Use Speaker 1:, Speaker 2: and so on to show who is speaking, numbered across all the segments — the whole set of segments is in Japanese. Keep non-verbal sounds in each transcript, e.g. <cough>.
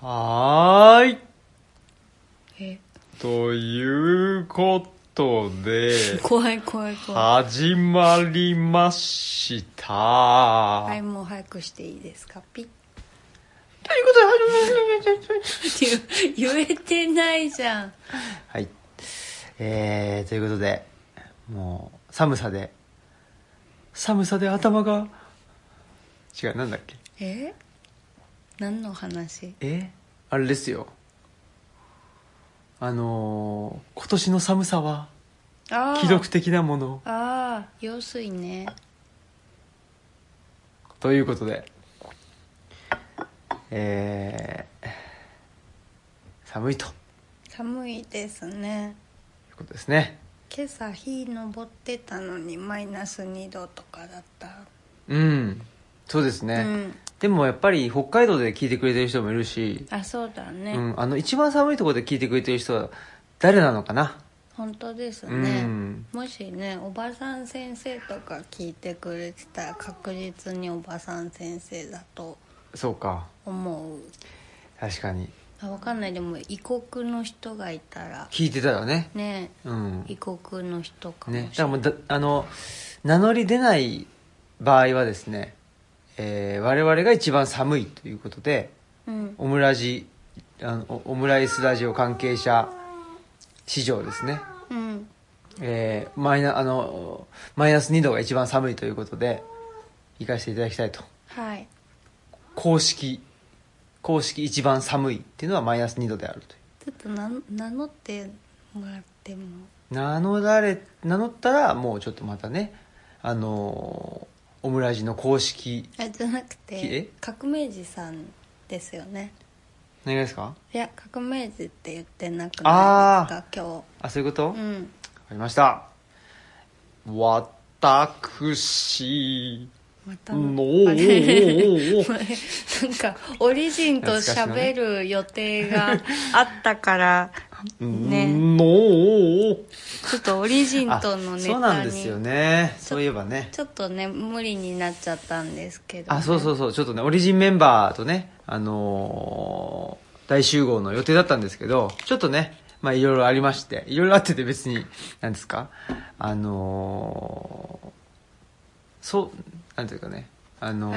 Speaker 1: はーい。
Speaker 2: え
Speaker 1: ということで、
Speaker 2: 怖い怖い怖い
Speaker 1: 始まりました。は
Speaker 2: はいもう早くしていいですかピッ
Speaker 1: ということで、始まりました。
Speaker 2: って言う言えてないじゃん
Speaker 1: はい。えー、ということで、もう、寒さで、寒さで頭が、違う、なんだっけ。
Speaker 2: え何の話
Speaker 1: えあれですよ。あのー、今年の寒さは、
Speaker 2: ああ
Speaker 1: 記録的なもの。
Speaker 2: ああ用水ね
Speaker 1: ということで、えー、寒いとい
Speaker 2: 寒いですね
Speaker 1: うことですね。
Speaker 2: 今朝日登ってたのにマイナス2度とかだった、
Speaker 1: うん、そうですね。
Speaker 2: うん
Speaker 1: でもやっぱり北海道で聞いてくれてる人もいるし、
Speaker 2: あそうだね、
Speaker 1: うん、あの一番寒いところで聞いてくれてる人は誰なのかな
Speaker 2: 本当ですね、
Speaker 1: うん
Speaker 2: もしねおばさん先生とか聞いてくれてたら確実におばさん先生だと
Speaker 1: そうか
Speaker 2: 思う
Speaker 1: 確かに
Speaker 2: あ分かんないでも異国の人がいたら
Speaker 1: 聞いてたらね
Speaker 2: ね
Speaker 1: うん
Speaker 2: 異国の人かも
Speaker 1: ねだ
Speaker 2: し
Speaker 1: か
Speaker 2: れ
Speaker 1: ら
Speaker 2: ない、
Speaker 1: もうだあの名乗り出ない場合はですね、えー我々が一番寒いということで
Speaker 2: うん、
Speaker 1: オムラジあのオオムライスラジオ関係者市場ですね、
Speaker 2: うん、
Speaker 1: えーマイナあのマイナス2度が一番寒いということで行かせていただきたいと
Speaker 2: はい
Speaker 1: 公式公式一番寒いっていうのはマイナス2度であるとい
Speaker 2: ちょっとな名乗ってもらっても
Speaker 1: う名乗られ名乗ったらもうちょっとまたねあのーオムラジの公式
Speaker 2: あじゃなく
Speaker 1: え
Speaker 2: て革命児さんですよね
Speaker 1: 何がですか
Speaker 2: いや革命児って言ってなくないですか
Speaker 1: あそういうこと、
Speaker 2: 今日うん
Speaker 1: わかりました私
Speaker 2: またのあれ
Speaker 1: の
Speaker 2: なんかオリジンと喋る予定があったからね
Speaker 1: の
Speaker 2: ちょっとオリジン
Speaker 1: あ
Speaker 2: とのネ
Speaker 1: そうな
Speaker 2: タ
Speaker 1: んで
Speaker 2: に
Speaker 1: すよねそういえばね
Speaker 2: ちょっとね無理になっちゃったんですけど、
Speaker 1: あそうそううそうちょっとねオリジンメンバーとねあのー大集合の予定だったんですけどちょっとねまあいろいろありましていろいろあってて別に何ですかあのーそうなんていうかねあの
Speaker 2: あ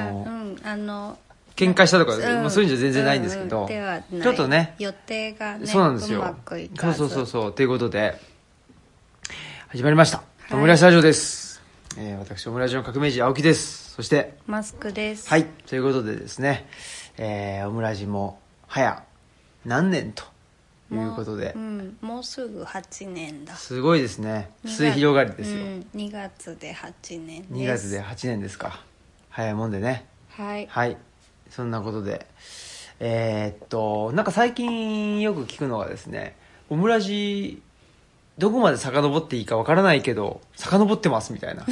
Speaker 1: ー
Speaker 2: うんあの
Speaker 1: 喧嘩したとか、
Speaker 2: ん
Speaker 1: まあ、そういうんじゃ全然ないんですけど、
Speaker 2: うんうんではない
Speaker 1: ちょっとね
Speaker 2: 予定がね
Speaker 1: そうなんですよ
Speaker 2: まくい
Speaker 1: そ
Speaker 2: か
Speaker 1: う
Speaker 2: ず
Speaker 1: そうそうそうということで始まりました「
Speaker 2: い
Speaker 1: オムライスラジオ」です、えー私オムライスの革命児青木ですそして
Speaker 2: マスクです
Speaker 1: はいということでですね、えーオムラジも早何年とい
Speaker 2: も
Speaker 1: うことで、
Speaker 2: うん、もうすぐ8年だ
Speaker 1: すごいですね末広がりですよ、
Speaker 2: うん、2月で8年です
Speaker 1: 2月で8年ですか早いもんでね
Speaker 2: はい <laughs>
Speaker 1: はいそんなことでえーっとなんか最近よく聞くのがですねオムラジどこまで遡っていいかわからないけど遡ってますみたい
Speaker 2: <laughs>
Speaker 1: な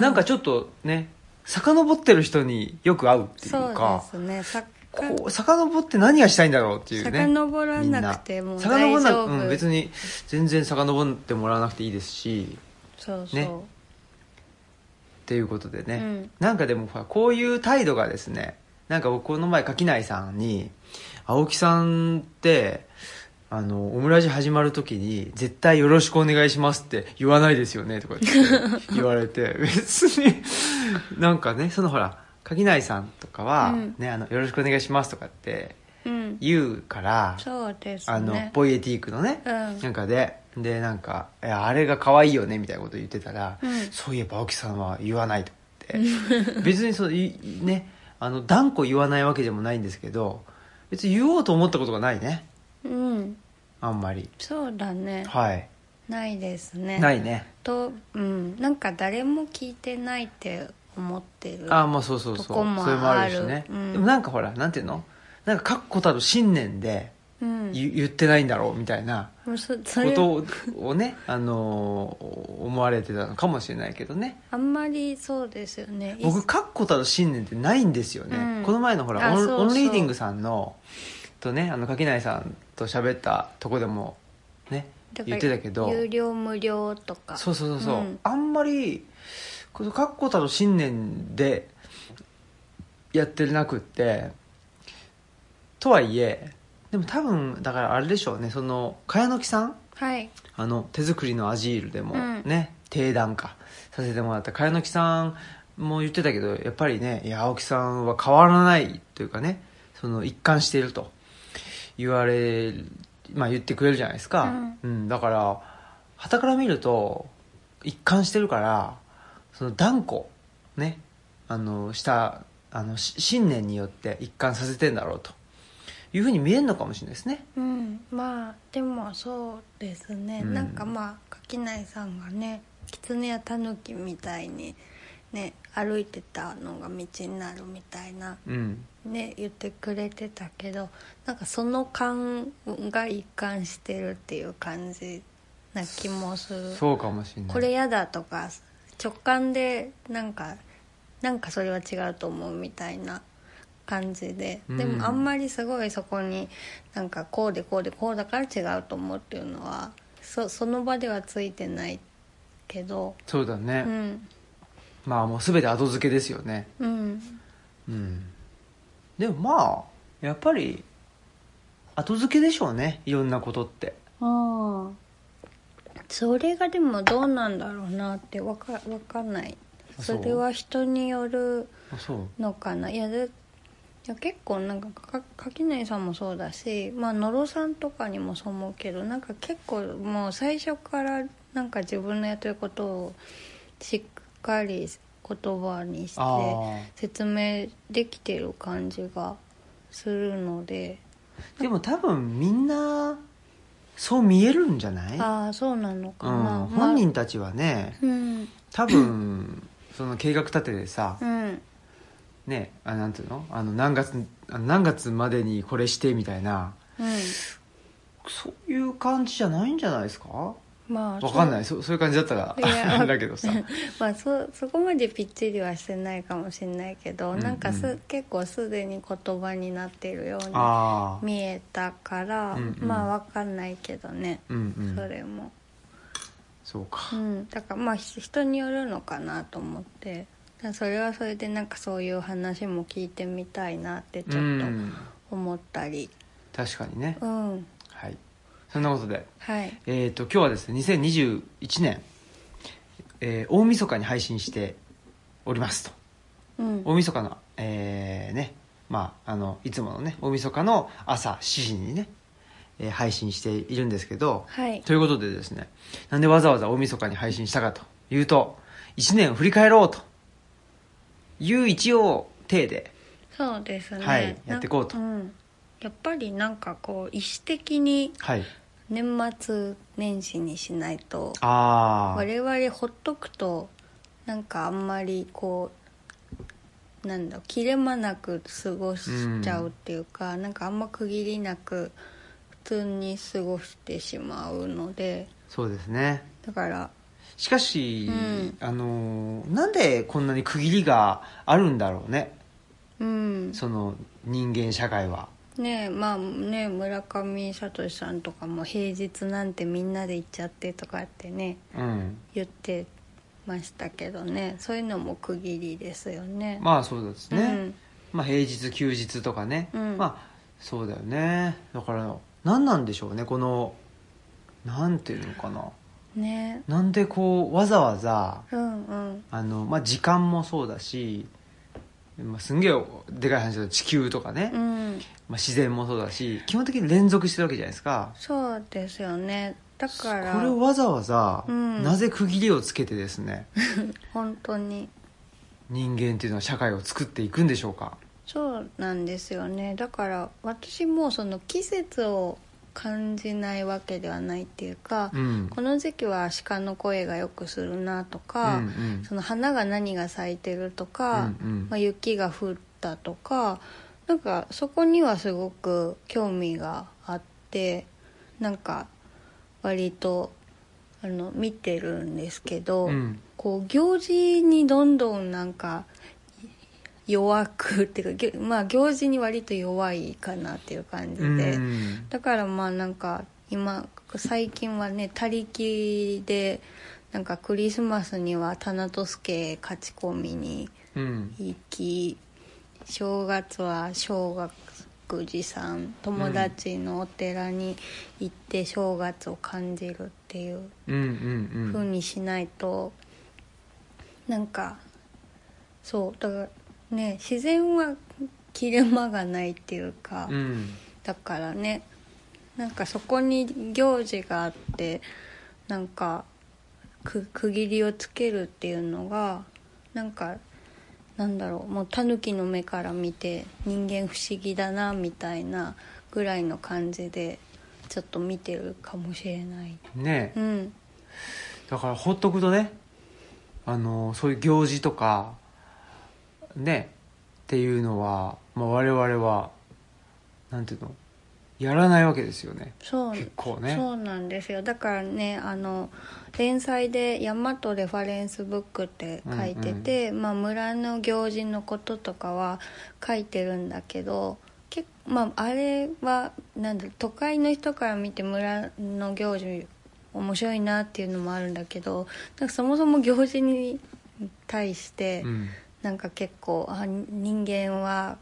Speaker 1: なんかちょっとね遡ってる人によく会うっていう
Speaker 2: そう
Speaker 1: か
Speaker 2: ですねさっか
Speaker 1: こう遡って何がしたいんだろうっていうね
Speaker 2: 遡らなくても
Speaker 1: みんな遡らな
Speaker 2: 大丈夫
Speaker 1: うん、別に全然遡ってもらわなくていいですし
Speaker 2: そうそう、
Speaker 1: ねっていうことでね、
Speaker 2: うん
Speaker 1: なんかでもほらこういう態度がですねなんか僕この前垣内さんに「青木さんってあのオムラジ始まる時に絶対よろしくお願いしますって言わないですよね」とか言って
Speaker 2: <laughs>
Speaker 1: 言われて別になんかねそのほら垣内さんとかは、
Speaker 2: うん
Speaker 1: ねあの「よろしくお願いします」とかって
Speaker 2: うん
Speaker 1: 言うから
Speaker 2: そうですね
Speaker 1: あのポイエティークのね、
Speaker 2: うん
Speaker 1: なんかででなんかいやあれが可愛いよねみたいなこと言ってたら、
Speaker 2: うん
Speaker 1: そういえば青木さんは言わないと思
Speaker 2: <laughs>
Speaker 1: って別にそのいねあの断固言わないわけでもないんですけど別に言おうと思ったことがないね
Speaker 2: うん
Speaker 1: あんまり
Speaker 2: そうだね
Speaker 1: はい
Speaker 2: ないですね
Speaker 1: ないね
Speaker 2: とうんなんか誰も聞いてないって思ってる
Speaker 1: ああまあそうそうそう
Speaker 2: とこも
Speaker 1: それもあるしね、
Speaker 2: あるうん
Speaker 1: でもなんかほらなんていうのなんか確固たる信念で
Speaker 2: うん
Speaker 1: 言言ってないんだろうみたいな
Speaker 2: もうそそ
Speaker 1: こ
Speaker 2: れ
Speaker 1: とををね、あのー思われてたのかもしれないけどね
Speaker 2: あんまりそうですよねい
Speaker 1: 僕確固たる信念ってないんですよね、
Speaker 2: うん
Speaker 1: この前のほら
Speaker 2: あ
Speaker 1: オン
Speaker 2: そうそう
Speaker 1: オンリーディングさんのとねあの垣内さんと喋ったとこでもね
Speaker 2: だから
Speaker 1: 言ってたけど
Speaker 2: 有料無料とか
Speaker 1: そうそうそうそう、
Speaker 2: うん
Speaker 1: あんまりこの確固たる信念でやってなくってとはいえでも多分だからあれでしょうねその茅野木さん
Speaker 2: はい
Speaker 1: あの手作りのアジールでも
Speaker 2: うん
Speaker 1: ね、定談化させてもらった茅野木さんも言ってたけどやっぱりねいや青木さんは変わらないというかねその一貫していると言われまあ言ってくれるじゃないですか、うんだから傍から見ると一貫してるからその断固ねあのしたあのし信念によって一貫させてんだろうというふうに見えるのかもしれないですね
Speaker 2: うんまあでもそうですね、
Speaker 1: うん
Speaker 2: なんかまあ垣内さんがね狐やタヌキみたいにね歩いてたのが道になるみたいな
Speaker 1: うん
Speaker 2: ね言ってくれてたけどなんかその感が一貫してるっていう感じな気もする
Speaker 1: そうかもしれない
Speaker 2: これやだとか直感でなんかなんかそれは違うと思うみたいな感じで
Speaker 1: うん
Speaker 2: でもあんまりすごいそこになんかこうでこうでこうだから違うと思うっていうのはそその場ではついてないけど
Speaker 1: そうだね、
Speaker 2: うん
Speaker 1: まあもう全て後付けですよね
Speaker 2: うん
Speaker 1: うんでもまあやっぱり後付けでしょうねいろんなことって
Speaker 2: ああそれがでもどうなんだろうなってわかわかんない
Speaker 1: あそ
Speaker 2: そうれは人による
Speaker 1: あそう
Speaker 2: のかないやでいや結構なんかか垣内さんもそうだし、まあ、野呂さんとかにもそう思うけどなんか結構もう最初からなんか自分のやってることをしっかり言葉にして
Speaker 1: あ
Speaker 2: 説明できてる感じがするので
Speaker 1: ーでも多分みんなそう見えるんじゃない、うん
Speaker 2: ああそうなのかな、まあ
Speaker 1: 本人たちはね
Speaker 2: うん
Speaker 1: 多分その計画立てでさ、
Speaker 2: うん
Speaker 1: ねあなんていうのあの何月あの何月までにこれしてみたいな
Speaker 2: うん
Speaker 1: そういう感じじゃないんじゃないですか
Speaker 2: まあ
Speaker 1: わかんないそそういう感じだったら
Speaker 2: いや
Speaker 1: あれだけどさ
Speaker 2: <laughs> まあ、そそこまでぴっちりはしてないかもしれないけど、
Speaker 1: うんうん
Speaker 2: なんかす結構すでに言葉になっているように
Speaker 1: ああ
Speaker 2: 見えたから、
Speaker 1: うんうん
Speaker 2: まあわかんないけどね、
Speaker 1: うんうん
Speaker 2: それも、
Speaker 1: そう
Speaker 2: う
Speaker 1: か
Speaker 2: ん、だからまあひ人によるのかなと思ってだからそれはそれでなんかそういう話も聞いてみたいなって
Speaker 1: う
Speaker 2: ちょっと
Speaker 1: ん
Speaker 2: 思ったり
Speaker 1: 確かにね
Speaker 2: うん、
Speaker 1: はいそんなことで
Speaker 2: はい
Speaker 1: えっ、と今日はですね2021年、えー大晦日に配信しておりますと
Speaker 2: うん
Speaker 1: 大晦日のえーねまああのいつものね大晦日の朝7時にね、えー配信しているんですけど
Speaker 2: はい
Speaker 1: ということでですねなんでわざわざ大晦日に配信したかというと1年を振り返ろうという一応体で
Speaker 2: そうですね、
Speaker 1: はい
Speaker 2: な
Speaker 1: やってこうと
Speaker 2: んやっぱりなんかこう意思的に
Speaker 1: はい
Speaker 2: 年末年始にしないと
Speaker 1: ああ
Speaker 2: 我々ほっとくとなんかあんまりこうなんだろう切れ間なく過ごしちゃうっていうか、なんかあんま区切りなく普通に過ごしてしまうので
Speaker 1: そうですね
Speaker 2: だから
Speaker 1: しかし、
Speaker 2: うん
Speaker 1: あのーなんでこんなに区切りがあるんだろうね
Speaker 2: うん
Speaker 1: その人間社会は
Speaker 2: ねえまあね村上聡さんとかも平日なんてみんなで行っちゃってとかってね
Speaker 1: うん
Speaker 2: 言ってましたけどねそういうのも区切りですよね。
Speaker 1: まあそうですね、
Speaker 2: うん
Speaker 1: まあ平日休日とかね、
Speaker 2: うん
Speaker 1: まあそうだよねだから何なんでしょうねこのなんていうのかな
Speaker 2: ね
Speaker 1: なんでこうわざわざ
Speaker 2: うんうん
Speaker 1: あの、まあ、時間もそうだし、まあ、すんげえでかい話だと地球とかね、
Speaker 2: う
Speaker 1: ま
Speaker 2: ん
Speaker 1: あ、自然もそうだし基本的に連続してるわけじゃないですか
Speaker 2: そうですよねだから
Speaker 1: これをわざわざ、
Speaker 2: うん
Speaker 1: なぜ区切りをつけてですね
Speaker 2: 本当に
Speaker 1: 人間っていうのは社会を作っていくんでしょうか
Speaker 2: そうなんですよねだから私もその季節を感じないわけではないっていうか、
Speaker 1: うん
Speaker 2: この時期は鹿の声がよくするなとか、
Speaker 1: うんうん
Speaker 2: その花が何が咲いてると
Speaker 1: う
Speaker 2: か、
Speaker 1: んうん
Speaker 2: まあ、雪が降ったとかなんかそこにはすごく興味があってなんか割とあの見てるんですけど、
Speaker 1: うん
Speaker 2: こう行事にどんどんなんか弱くっていうかぎゅまあ行事に割と弱いかなっていう感じで、
Speaker 1: うん
Speaker 2: だからまあなんか今最近はね他力でなんかクリスマスにはタナトスケ勝ち込みに
Speaker 1: うん
Speaker 2: 行き正月は小学福寺さん友達のお寺に行って正月を感じるっていう
Speaker 1: うんうんう
Speaker 2: 風
Speaker 1: ん
Speaker 2: にしないと、なんかそうだからね自然は切れ間がないっていうか、
Speaker 1: うん
Speaker 2: だからねなんかそこに行事があってなんかく区切りをつけるっていうのがなんかなんだろうもうタヌキの目から見て人間不思議だなみたいなぐらいの感じでちょっと見てるかもしれない。
Speaker 1: ねえ
Speaker 2: うん
Speaker 1: だからほっとくとねあのそういう行事とかねっていうのは、まあ、我々はなんていうのやらないわけですよね
Speaker 2: そう
Speaker 1: 結構ね
Speaker 2: そうなんですよだからねあの連載で「ヤマトレファレンスブック」って書いてて、まあ、村の行事のこととかは書いてるんだけどけ、まあ、あれはなんだろう都会の人から見て村の行事面白いなっていうのもあるんだけどなんかそもそも行事に対して、
Speaker 1: うん
Speaker 2: なんか結構あ人間は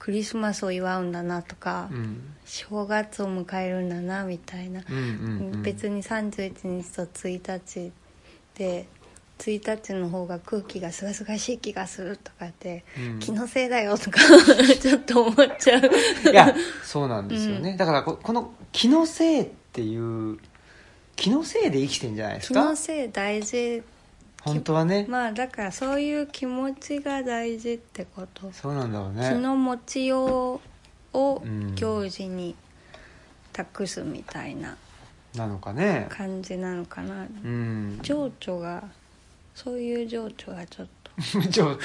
Speaker 2: クリスマスを祝うんだなとか。
Speaker 1: うん
Speaker 2: 正月を迎えるんだなみたいな、
Speaker 1: うんうんうん
Speaker 2: 別に31日と1日で1日の方が空気がすがすがしい気がするとかって、
Speaker 1: うん
Speaker 2: 気のせいだよとか <laughs> ちょっと思っちゃう
Speaker 1: いや
Speaker 2: <laughs>
Speaker 1: そうなんですよね、だからここの気のせいっていう気のせいで生きてんじゃないです
Speaker 2: 気
Speaker 1: か
Speaker 2: のせい大事
Speaker 1: 本当はね、
Speaker 2: まあだからそういう気持ちが大事ってこと、
Speaker 1: そうなんだろうね
Speaker 2: 気の持ちようを
Speaker 1: うん
Speaker 2: 行事に託すみたいな
Speaker 1: なのかね
Speaker 2: 感じなのか
Speaker 1: う
Speaker 2: な、
Speaker 1: ん
Speaker 2: 情緒がそういう情緒がちょっと
Speaker 1: <laughs> ちょっと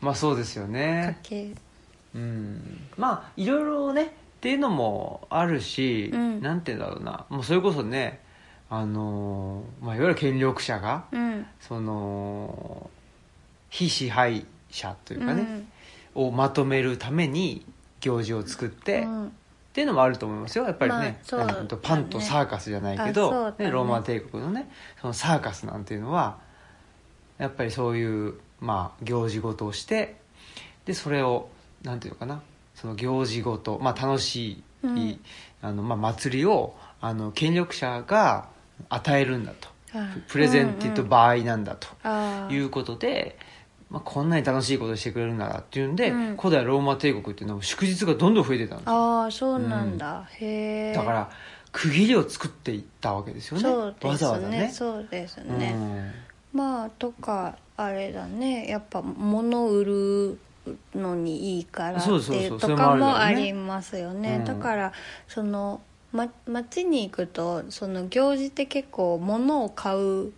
Speaker 1: まあそうですよ
Speaker 2: か
Speaker 1: ね
Speaker 2: け
Speaker 1: うんまあいろいろねっていうのもあるし、
Speaker 2: うん
Speaker 1: なんて言うんだろうなもうそれこそねあのー、まあ、いわゆる権力者が
Speaker 2: うん
Speaker 1: その非支配者というか
Speaker 2: う
Speaker 1: ね
Speaker 2: ん、
Speaker 1: をまとめるために行事を作って、
Speaker 2: うん
Speaker 1: っていうのもあると思いますよやっぱり
Speaker 2: まあ
Speaker 1: ね,、
Speaker 2: そうだね
Speaker 1: なんとパンとサーカスじゃないけ
Speaker 2: あそう
Speaker 1: ど、
Speaker 2: だね
Speaker 1: ねローマ帝国のねそのサーカスなんていうのはやっぱりそういう、まあ、行事ごとをしてでそれをなんていうのかなその行事ごと、まあ、楽しい、
Speaker 2: うん
Speaker 1: あのまあ、祭りをあの権力者が与えるんだと
Speaker 2: あ
Speaker 1: プレゼンティッド
Speaker 2: うんうん
Speaker 1: 場合なんだと
Speaker 2: あ
Speaker 1: いうことで、まあ、こんなに楽しいことしてくれるならっていうんで、
Speaker 2: うん
Speaker 1: 古代ローマ帝国っていうのは祝日がどんどん増えてたんですよ
Speaker 2: ああそうなんだ、へえ
Speaker 1: だから区切りを作っていったわけですよね
Speaker 2: そうですね
Speaker 1: わざわざね
Speaker 2: そうですね、まあとかあれだねやっぱ物売るのにいいからって
Speaker 1: そうそう
Speaker 2: い
Speaker 1: そうう
Speaker 2: と
Speaker 1: それも
Speaker 2: か
Speaker 1: あるよね
Speaker 2: もありますよね
Speaker 1: うん
Speaker 2: だからその、ま、街に行くとその行事って結構物を買う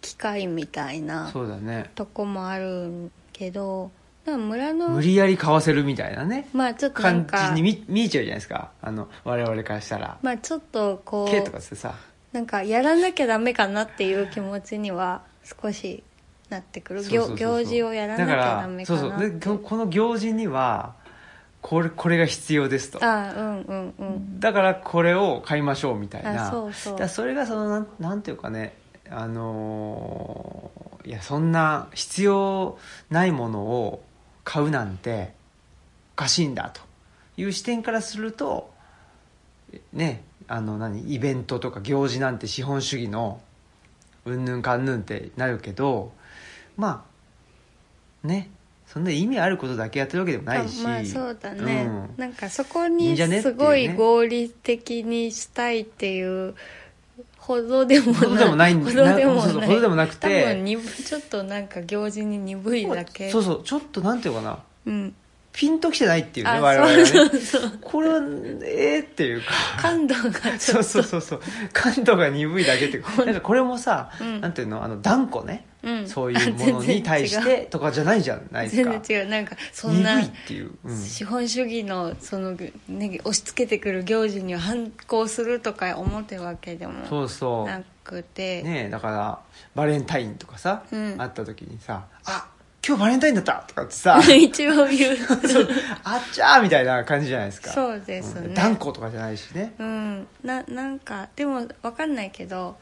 Speaker 2: 機会みたい
Speaker 1: うん
Speaker 2: な
Speaker 1: そうだね
Speaker 2: とこもあるけどだから村の
Speaker 1: 無理やり買わせるみたいなね
Speaker 2: まあちょっとなん
Speaker 1: 感
Speaker 2: か
Speaker 1: じに見見えちゃうじゃないですかあの我々からしたら
Speaker 2: まあちょっと
Speaker 1: 「
Speaker 2: こ
Speaker 1: け」とか
Speaker 2: う
Speaker 1: ってさ
Speaker 2: なんかやらなきゃダメかなっていう気持ちには少しなってくる
Speaker 1: そうそうそうそう
Speaker 2: 行事をやらなきゃダメかな
Speaker 1: だからそうそうでここの行事にはこれこれが必要ですと
Speaker 2: ああうんうんうん
Speaker 1: だからこれを買いましょうみたいな
Speaker 2: あそうそう
Speaker 1: だからそれがそのなんなんていうかねあのーいやそんな必要ないものを買うなんておかしいんだという視点からするとねあの何イベントとか行事なんて資本主義のうんぬんかんぬんってなるけどまあねそんな意味あることだけやってるわけでもないし、
Speaker 2: まあまあそうだね、
Speaker 1: うん
Speaker 2: なんかそこ
Speaker 1: いいん
Speaker 2: に
Speaker 1: じゃね
Speaker 2: すご
Speaker 1: っていう
Speaker 2: い
Speaker 1: ね
Speaker 2: 合理的にしたいっていうほどでもない
Speaker 1: ほどでもないん
Speaker 2: ほどでも
Speaker 1: なそうそうほどでもなくて
Speaker 2: 多分鈍ちょっとなんか行事に鈍いだけ
Speaker 1: そうそうちょっとなんていうのかな
Speaker 2: うん
Speaker 1: ピンときてないっていうね
Speaker 2: あ
Speaker 1: 我々はね
Speaker 2: そうそうそう
Speaker 1: これはえー、っていうか
Speaker 2: <laughs> 感度がち
Speaker 1: そう
Speaker 2: ょっと
Speaker 1: そうそうそう感度が鈍いだけっていうかなんかこれもさ、
Speaker 2: うん
Speaker 1: なんていうのあの断固ね、
Speaker 2: うん
Speaker 1: そういうものに対し
Speaker 2: 全然
Speaker 1: てとかじゃないじゃないですか
Speaker 2: 全然違うなんかそんな
Speaker 1: 鈍いっていう、うん、
Speaker 2: 資本主義のその、ね、押し付けてくる行事には反抗するとか思ってるわけでも
Speaker 1: そうそ
Speaker 2: な
Speaker 1: う
Speaker 2: くて、
Speaker 1: ねえだからバレンタインとかさ、
Speaker 2: うん
Speaker 1: 会った時にさ「あ今日バレンタインだった!」とかって
Speaker 2: <laughs>
Speaker 1: さ
Speaker 2: <laughs> 一応言う
Speaker 1: そうあっちゃーみたいな感じじゃないですか
Speaker 2: そうですね
Speaker 1: ん断固とかじゃないしね
Speaker 2: <laughs> うんななんかでもわかんないけど、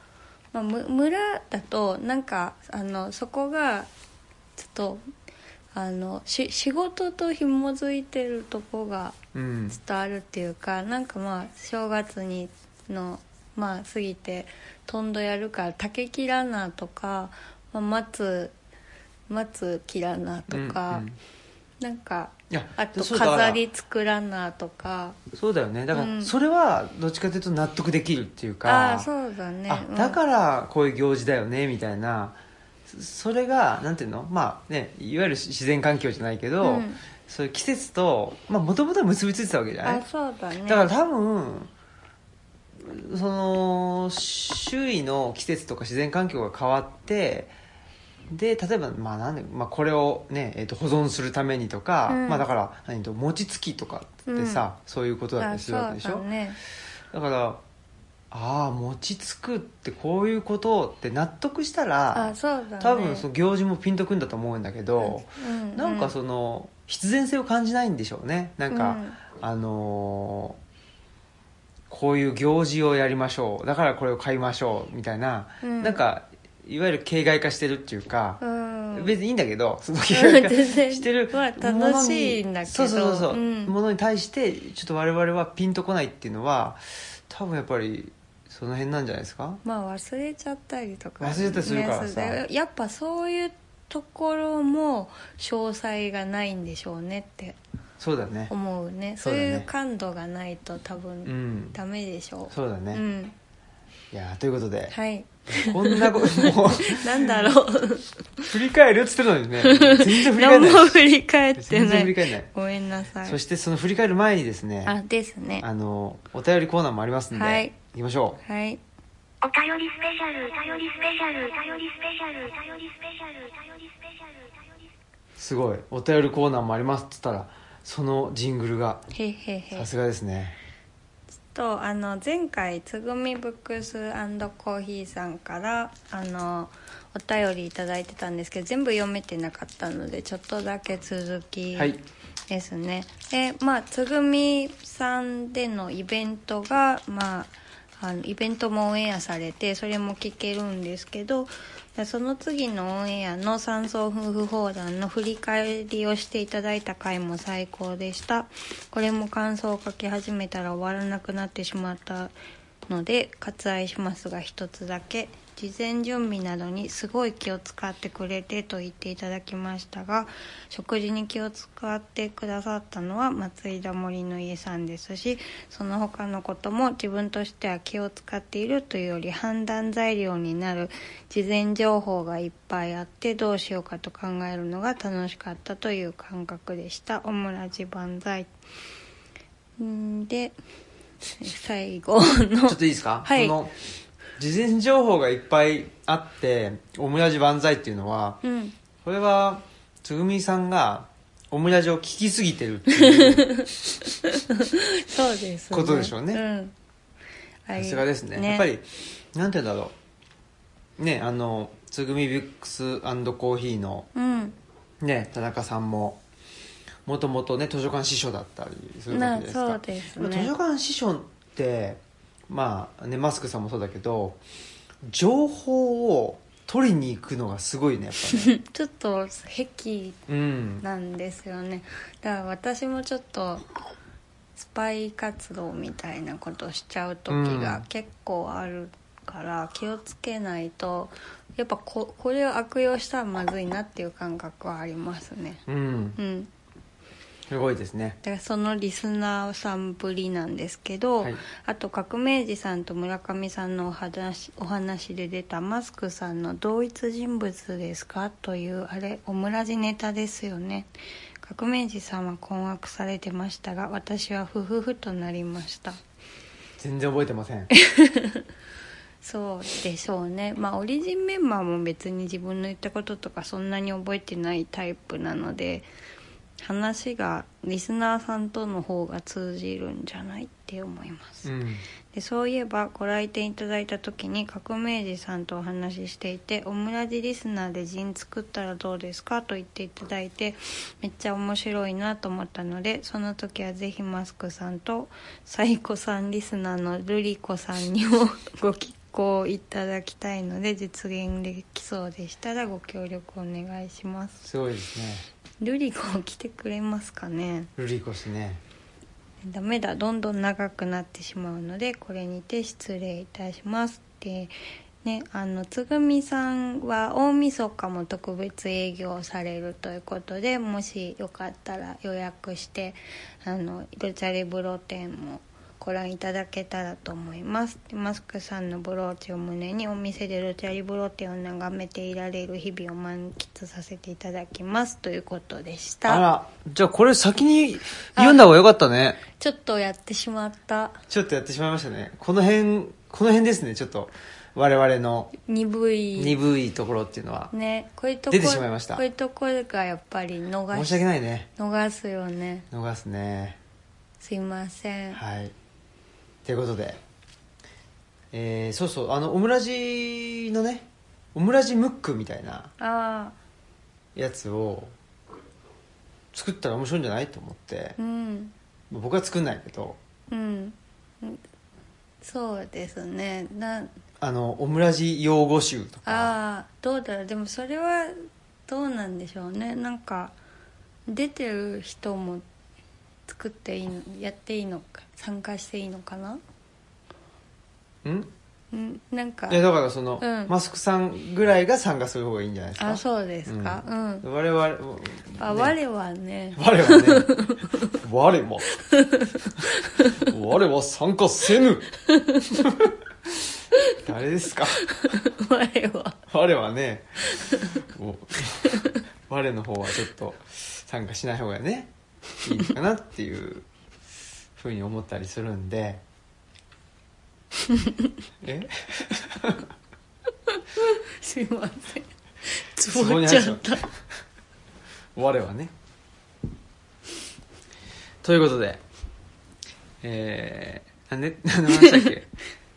Speaker 2: まあ、む村だとなんかあのそこがちょっとあのし仕事と紐づいてるとこが
Speaker 1: うん
Speaker 2: ちょっとあるっていうかなんかまあ正月にのまあ過ぎてとんどやるから竹切らなとか、まあ、松松切らなと
Speaker 1: う
Speaker 2: か、
Speaker 1: んうんい
Speaker 2: なんか
Speaker 1: や
Speaker 2: あと
Speaker 1: そうだから
Speaker 2: 飾り作らなとか
Speaker 1: そうだよねだか
Speaker 2: う
Speaker 1: ら
Speaker 2: ん
Speaker 1: それはどっちかというと納得できるっていう
Speaker 2: あ
Speaker 1: か、
Speaker 2: あーそうだね
Speaker 1: あ
Speaker 2: うん
Speaker 1: だからこういう行事だよねみたいなそそれがなんていうのまあねいわゆる自然環境じゃないけど、
Speaker 2: うん
Speaker 1: そういう季節ともともと結びついてたわけじゃない
Speaker 2: あそうだね
Speaker 1: だから多分その周囲の季節とか自然環境が変わってで例えば、まあなんでまあ、これを、ねえー、と保存するためにとか、
Speaker 2: うん
Speaker 1: まあ、だから何と餅つきとかってさ、そういうことだった
Speaker 2: あ
Speaker 1: りするわけでし
Speaker 2: そ
Speaker 1: ょ
Speaker 2: うだね
Speaker 1: だからああ餅つくってこういうことって納得した
Speaker 2: あ
Speaker 1: ら、
Speaker 2: そうだね
Speaker 1: 多分その行事もピンとくんだと思うんだけど、
Speaker 2: うんう
Speaker 1: なんかその必然性を感じないんでしょうねなんか、あのーこういう行事をやりましょうだからこれを買いましょうみたいな、
Speaker 2: うん
Speaker 1: なんかいわゆる形骸化してるっていうか
Speaker 2: う、ん、うん
Speaker 1: 別にいいんだけどその形骸化
Speaker 2: 全然
Speaker 1: してる
Speaker 2: <laughs> まあ楽しいんだけど
Speaker 1: そうそうそうそう、
Speaker 2: うん
Speaker 1: ものに対してちょっと我々はピンとこないっていうのは多分やっぱりその辺なんじゃないですか
Speaker 2: まあ忘れちゃったりとか、
Speaker 1: 忘れたりするからさ
Speaker 2: ねそれでやっぱそういうところも詳細がないんでしょうねって
Speaker 1: そうだね
Speaker 2: 思うね
Speaker 1: そ
Speaker 2: そうう
Speaker 1: だね
Speaker 2: いう感度がないと多
Speaker 1: う
Speaker 2: 分
Speaker 1: ん
Speaker 2: ダメでしょ
Speaker 1: そうだ
Speaker 2: う、
Speaker 1: ね、
Speaker 2: う
Speaker 1: い
Speaker 2: ん
Speaker 1: やーということで、
Speaker 2: はい
Speaker 1: こんなこともう
Speaker 2: <laughs> なんだろう
Speaker 1: 振り返るっつってるのにね全然振り返ら
Speaker 2: 何
Speaker 1: ない
Speaker 2: も振り返って
Speaker 1: 全然
Speaker 2: な
Speaker 1: 振り
Speaker 2: い
Speaker 1: 返らない
Speaker 2: ごめんなさい
Speaker 1: そしてその振り返る前にですね
Speaker 2: あですね
Speaker 1: あのお便りコーナーもありますんで、
Speaker 2: はいい、
Speaker 1: 行きましょう
Speaker 2: はい
Speaker 3: お便りスペシャル、お便りスペシャル、お便りスペシャル、お便りスペシャル、お便りスペシャル、お便りスペシャル。
Speaker 1: すごいお便りコーナーもありますっつったらそのジングルが
Speaker 2: へいへいへい
Speaker 1: さすがです
Speaker 2: <laughs>
Speaker 1: ね
Speaker 2: とあの前回つぐみブックスコーヒーさんからあのお便りいただいてたんですけど全部読めてなかったのでちょっとだけ続き
Speaker 1: はい
Speaker 2: ですね、でまあつぐみさんでのイベントがまああのイベントもオンエアされてそれも聞けるんですけどその次のオンエアの三層夫婦砲弾の振り返りをしていただいた回も最高でしたこれも感想を書き始めたら終わらなくなってしまったので割愛しますが一つだけ事前準備などにすごい気を使ってくれてと言っていただきましたが食事に気を使ってくださったのは松井田森の家さんですしその他のことも自分としては気を使っているというより判断材料になる事前情報がいっぱいあってどうしようかと考えるのが楽しかったという感覚でしたオムラジ万歳んで最後
Speaker 1: ちょ
Speaker 2: の
Speaker 1: っといいですか、
Speaker 2: はい
Speaker 1: その事前情報がいっぱいあってオムラジ万歳っていうのは
Speaker 2: うん
Speaker 1: これはつぐみさんがオムラジを聞きすぎてるっていう
Speaker 2: そうです、
Speaker 1: ことでしょうね
Speaker 2: ん。あ
Speaker 1: さ
Speaker 2: れ
Speaker 1: すがですねやっぱりなんて言うんだろうねあのつぐみビックスコーヒーの
Speaker 2: うん。
Speaker 1: ね田中さんももともとね図書館師匠だったりするわ
Speaker 2: な
Speaker 1: けじゃ
Speaker 2: そ
Speaker 1: な
Speaker 2: う
Speaker 1: いで
Speaker 2: です
Speaker 1: すか
Speaker 2: ね。
Speaker 1: 図書館師匠ってまあねマスクさんもそうだけど情報を取りに行くのがすごいねやっぱ
Speaker 2: <laughs>
Speaker 1: ね
Speaker 2: ちょっと癖
Speaker 1: うん
Speaker 2: なんですよね。だから私もちょっとスパイ活動みたいなことしちゃう時
Speaker 1: うん
Speaker 2: が結構あるから気をつけないと。やっぱここれを悪用したらまずいなっていう感覚はありますね
Speaker 1: うん
Speaker 2: うん
Speaker 1: すごいですね
Speaker 2: だからそのリスナーさんぶりなんですけど、
Speaker 1: はい
Speaker 2: あと革命児さんと村上さんのお話お話で出たマスクさんの「同一人物ですか?」というあれオムラジネタですよね革命児さんは困惑されてましたが私はふふふとなりました
Speaker 1: 全然覚えてませ
Speaker 2: <laughs>
Speaker 1: ん
Speaker 2: そうでしょうねまあオリジンメンバーも別に自分の言ったこととかそんなに覚えてないタイプなので話がリスナーさんとの方が通じるんじゃないって思います、
Speaker 1: うん
Speaker 2: でそういえばご来店いただいた時に革命児さんとお話ししていて「オムラジリスナーで陣作ったらどうですか?」と言っていただいてめっちゃ面白いなと思ったのでその時はぜひマスクさんとサイコさんリスナーのルリコさんにもご寄稿いただきたいので実現できそうでしたらご協力お願いします。
Speaker 1: すごいですね
Speaker 2: ルリコ来てくれますかね
Speaker 1: ルリコですね
Speaker 2: ダメだどんどん長くなってしまうのでこれにて失礼いたしますでねあのつぐみさんは大晦日も特別営業をされるということでもしよかったら予約してあのルチャリブロ展もご覧いただけたらと思いますでマスクさんのブローチを胸にお店でルチャリブロ展を眺めていられる日々を満喫させていただきますということでした
Speaker 1: あらじゃあこれ先に読んだ方がよかったね
Speaker 2: ちょっとやってしまった
Speaker 1: ちょっとやってしまいましたねこの辺この辺ですねちょっと我々の
Speaker 2: 鈍い
Speaker 1: 鈍いところっていうのは
Speaker 2: ねこういうとこ
Speaker 1: 出てしまいました
Speaker 2: こういうところがやっぱり逃
Speaker 1: 申
Speaker 2: し
Speaker 1: し訳ないね
Speaker 2: 逃すよね
Speaker 1: 逃すね
Speaker 2: すいません
Speaker 1: はいということでえーそうそうあのオムラジのねオムラジムックみたいな
Speaker 2: あ
Speaker 1: やつを作ったら面白いんじゃないと思って
Speaker 2: あうん
Speaker 1: 僕は作んないけど
Speaker 2: うんそうですねな
Speaker 1: あのオムラジ用語集とか
Speaker 2: ああどうだろうでもそれはどうなんでしょうねなんか出てる人も作っていいのやっていいのか参加していいのかな
Speaker 1: うん
Speaker 2: うんなんか
Speaker 1: いやだからその、
Speaker 2: うん
Speaker 1: マスクさんぐらいが参加する方がいいんじゃないですか
Speaker 2: あそうですかうん、
Speaker 1: ん、我々、
Speaker 2: あ
Speaker 1: ね
Speaker 2: 我はね
Speaker 1: 我はね我は我は参加せぬ <laughs> 誰ですか
Speaker 2: <laughs> 我は
Speaker 1: 我はねお我の方はちょっと参加しない方がねいいのかなっていうふうに思ったりするんでえ
Speaker 2: すいません
Speaker 1: ツ
Speaker 2: つ
Speaker 1: ボ
Speaker 2: ぼ
Speaker 1: に入
Speaker 2: っち
Speaker 1: っ
Speaker 2: ゃ
Speaker 1: ちゃ
Speaker 2: っ
Speaker 1: った我はねということでえー、なんで何の話だっけ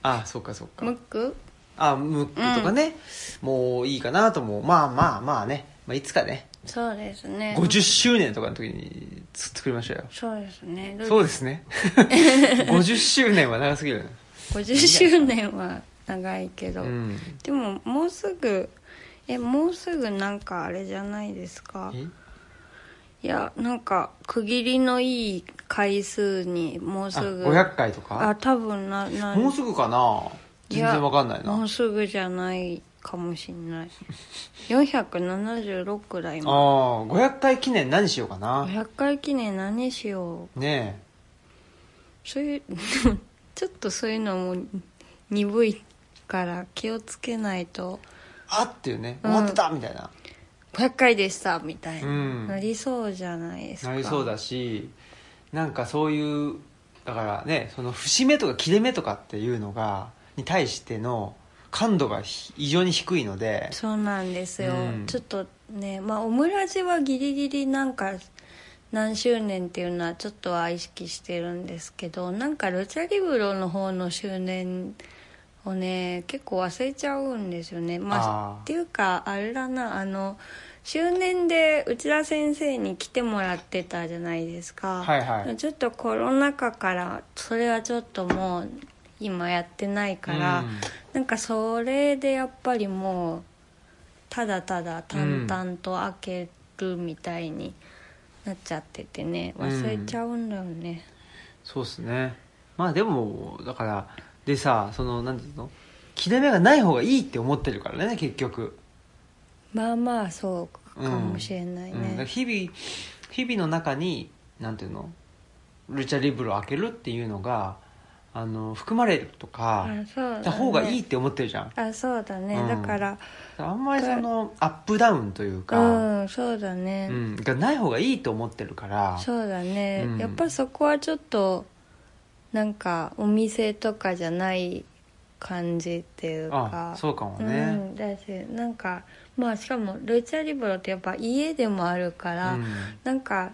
Speaker 1: あそっかそっ
Speaker 2: ムッ
Speaker 1: か
Speaker 2: ク
Speaker 1: あムックとかね、もういいかなともまあまあまあね、まあ、いつかね
Speaker 2: そうですね
Speaker 1: 50周年とかの時に作りましょうよ
Speaker 2: そうですね
Speaker 1: そう
Speaker 2: で
Speaker 1: ですね
Speaker 2: <laughs>
Speaker 1: 50周年は長すぎるね
Speaker 2: す50周年は長いけ
Speaker 1: う
Speaker 2: ど、
Speaker 1: ん
Speaker 2: でももうすぐえもうすぐなんかあれじゃないですか
Speaker 1: え
Speaker 2: いやなんか区切りのいい回数にもうす
Speaker 1: あ
Speaker 2: ぐ
Speaker 1: 500回と
Speaker 2: あ
Speaker 1: か
Speaker 2: 多分なな
Speaker 1: もうすぐかな全然わかんない
Speaker 2: やも
Speaker 1: な
Speaker 2: うすぐじゃないかもし
Speaker 1: <laughs>
Speaker 2: んない476くらい
Speaker 1: あ
Speaker 2: ま
Speaker 1: あ500回記念何しようかな
Speaker 2: 500回記念何しよう
Speaker 1: ね
Speaker 2: そういう <laughs> ちょっとそういうのも鈍いから気をつけないと
Speaker 1: えあっていうね
Speaker 2: うん
Speaker 1: 終わってたみたいな、
Speaker 2: 500回でしたみたいな、
Speaker 1: うん
Speaker 2: なりそうじゃないですか
Speaker 1: なりそうだしなんかそういうだからねその節目とか切れ目とかっていうのがに対しての感度がひ異常に低いので
Speaker 2: そうなんですよ、
Speaker 1: うん
Speaker 2: ちょっとねまあオムラジはギリギリなんか何周年っていうのはちょっとは意識してるんですけどなんかルチャリブロの方の周年をね結構忘れちゃうんですよねまあ
Speaker 1: あー
Speaker 2: っていうかあれだなあの周年で内田先生に来てもらってたじゃないですか
Speaker 1: はいはい
Speaker 2: ちょっとコロナ禍からそれはちょっともう今やってないから、
Speaker 1: うん
Speaker 2: なんかそれでやっぱりもうただただ淡々と開けるみたいになっちゃっててね
Speaker 1: うん
Speaker 2: 忘れちゃうんだよね、
Speaker 1: そうっすねまあでもだからでさそのなんていうの切れ目がない方がいいって思ってるからね結局、
Speaker 2: まあまあそう
Speaker 1: うん
Speaker 2: かもしれない
Speaker 1: うんだから
Speaker 2: ね、
Speaker 1: 日々日々の中になんていうのルチャリブロ開けるっていうのがあの含まれるとか
Speaker 2: あそうだ、ね、
Speaker 1: た方がいいって思ってるじゃん
Speaker 2: あそうだね、
Speaker 1: うん
Speaker 2: だから
Speaker 1: あんまりそのアップダウンというか、
Speaker 2: うんそうだね、
Speaker 1: うんがない方がいいと思ってるから
Speaker 2: そうだね、
Speaker 1: うん
Speaker 2: やっぱそこはちょっとなんかお店とかじゃない感じっていうか
Speaker 1: あそうかも
Speaker 2: う
Speaker 1: ね、
Speaker 2: ん、だしなんかまあしかもルチャリブロってやっぱ家でもあるか
Speaker 1: う
Speaker 2: ら、
Speaker 1: ん
Speaker 2: なんか、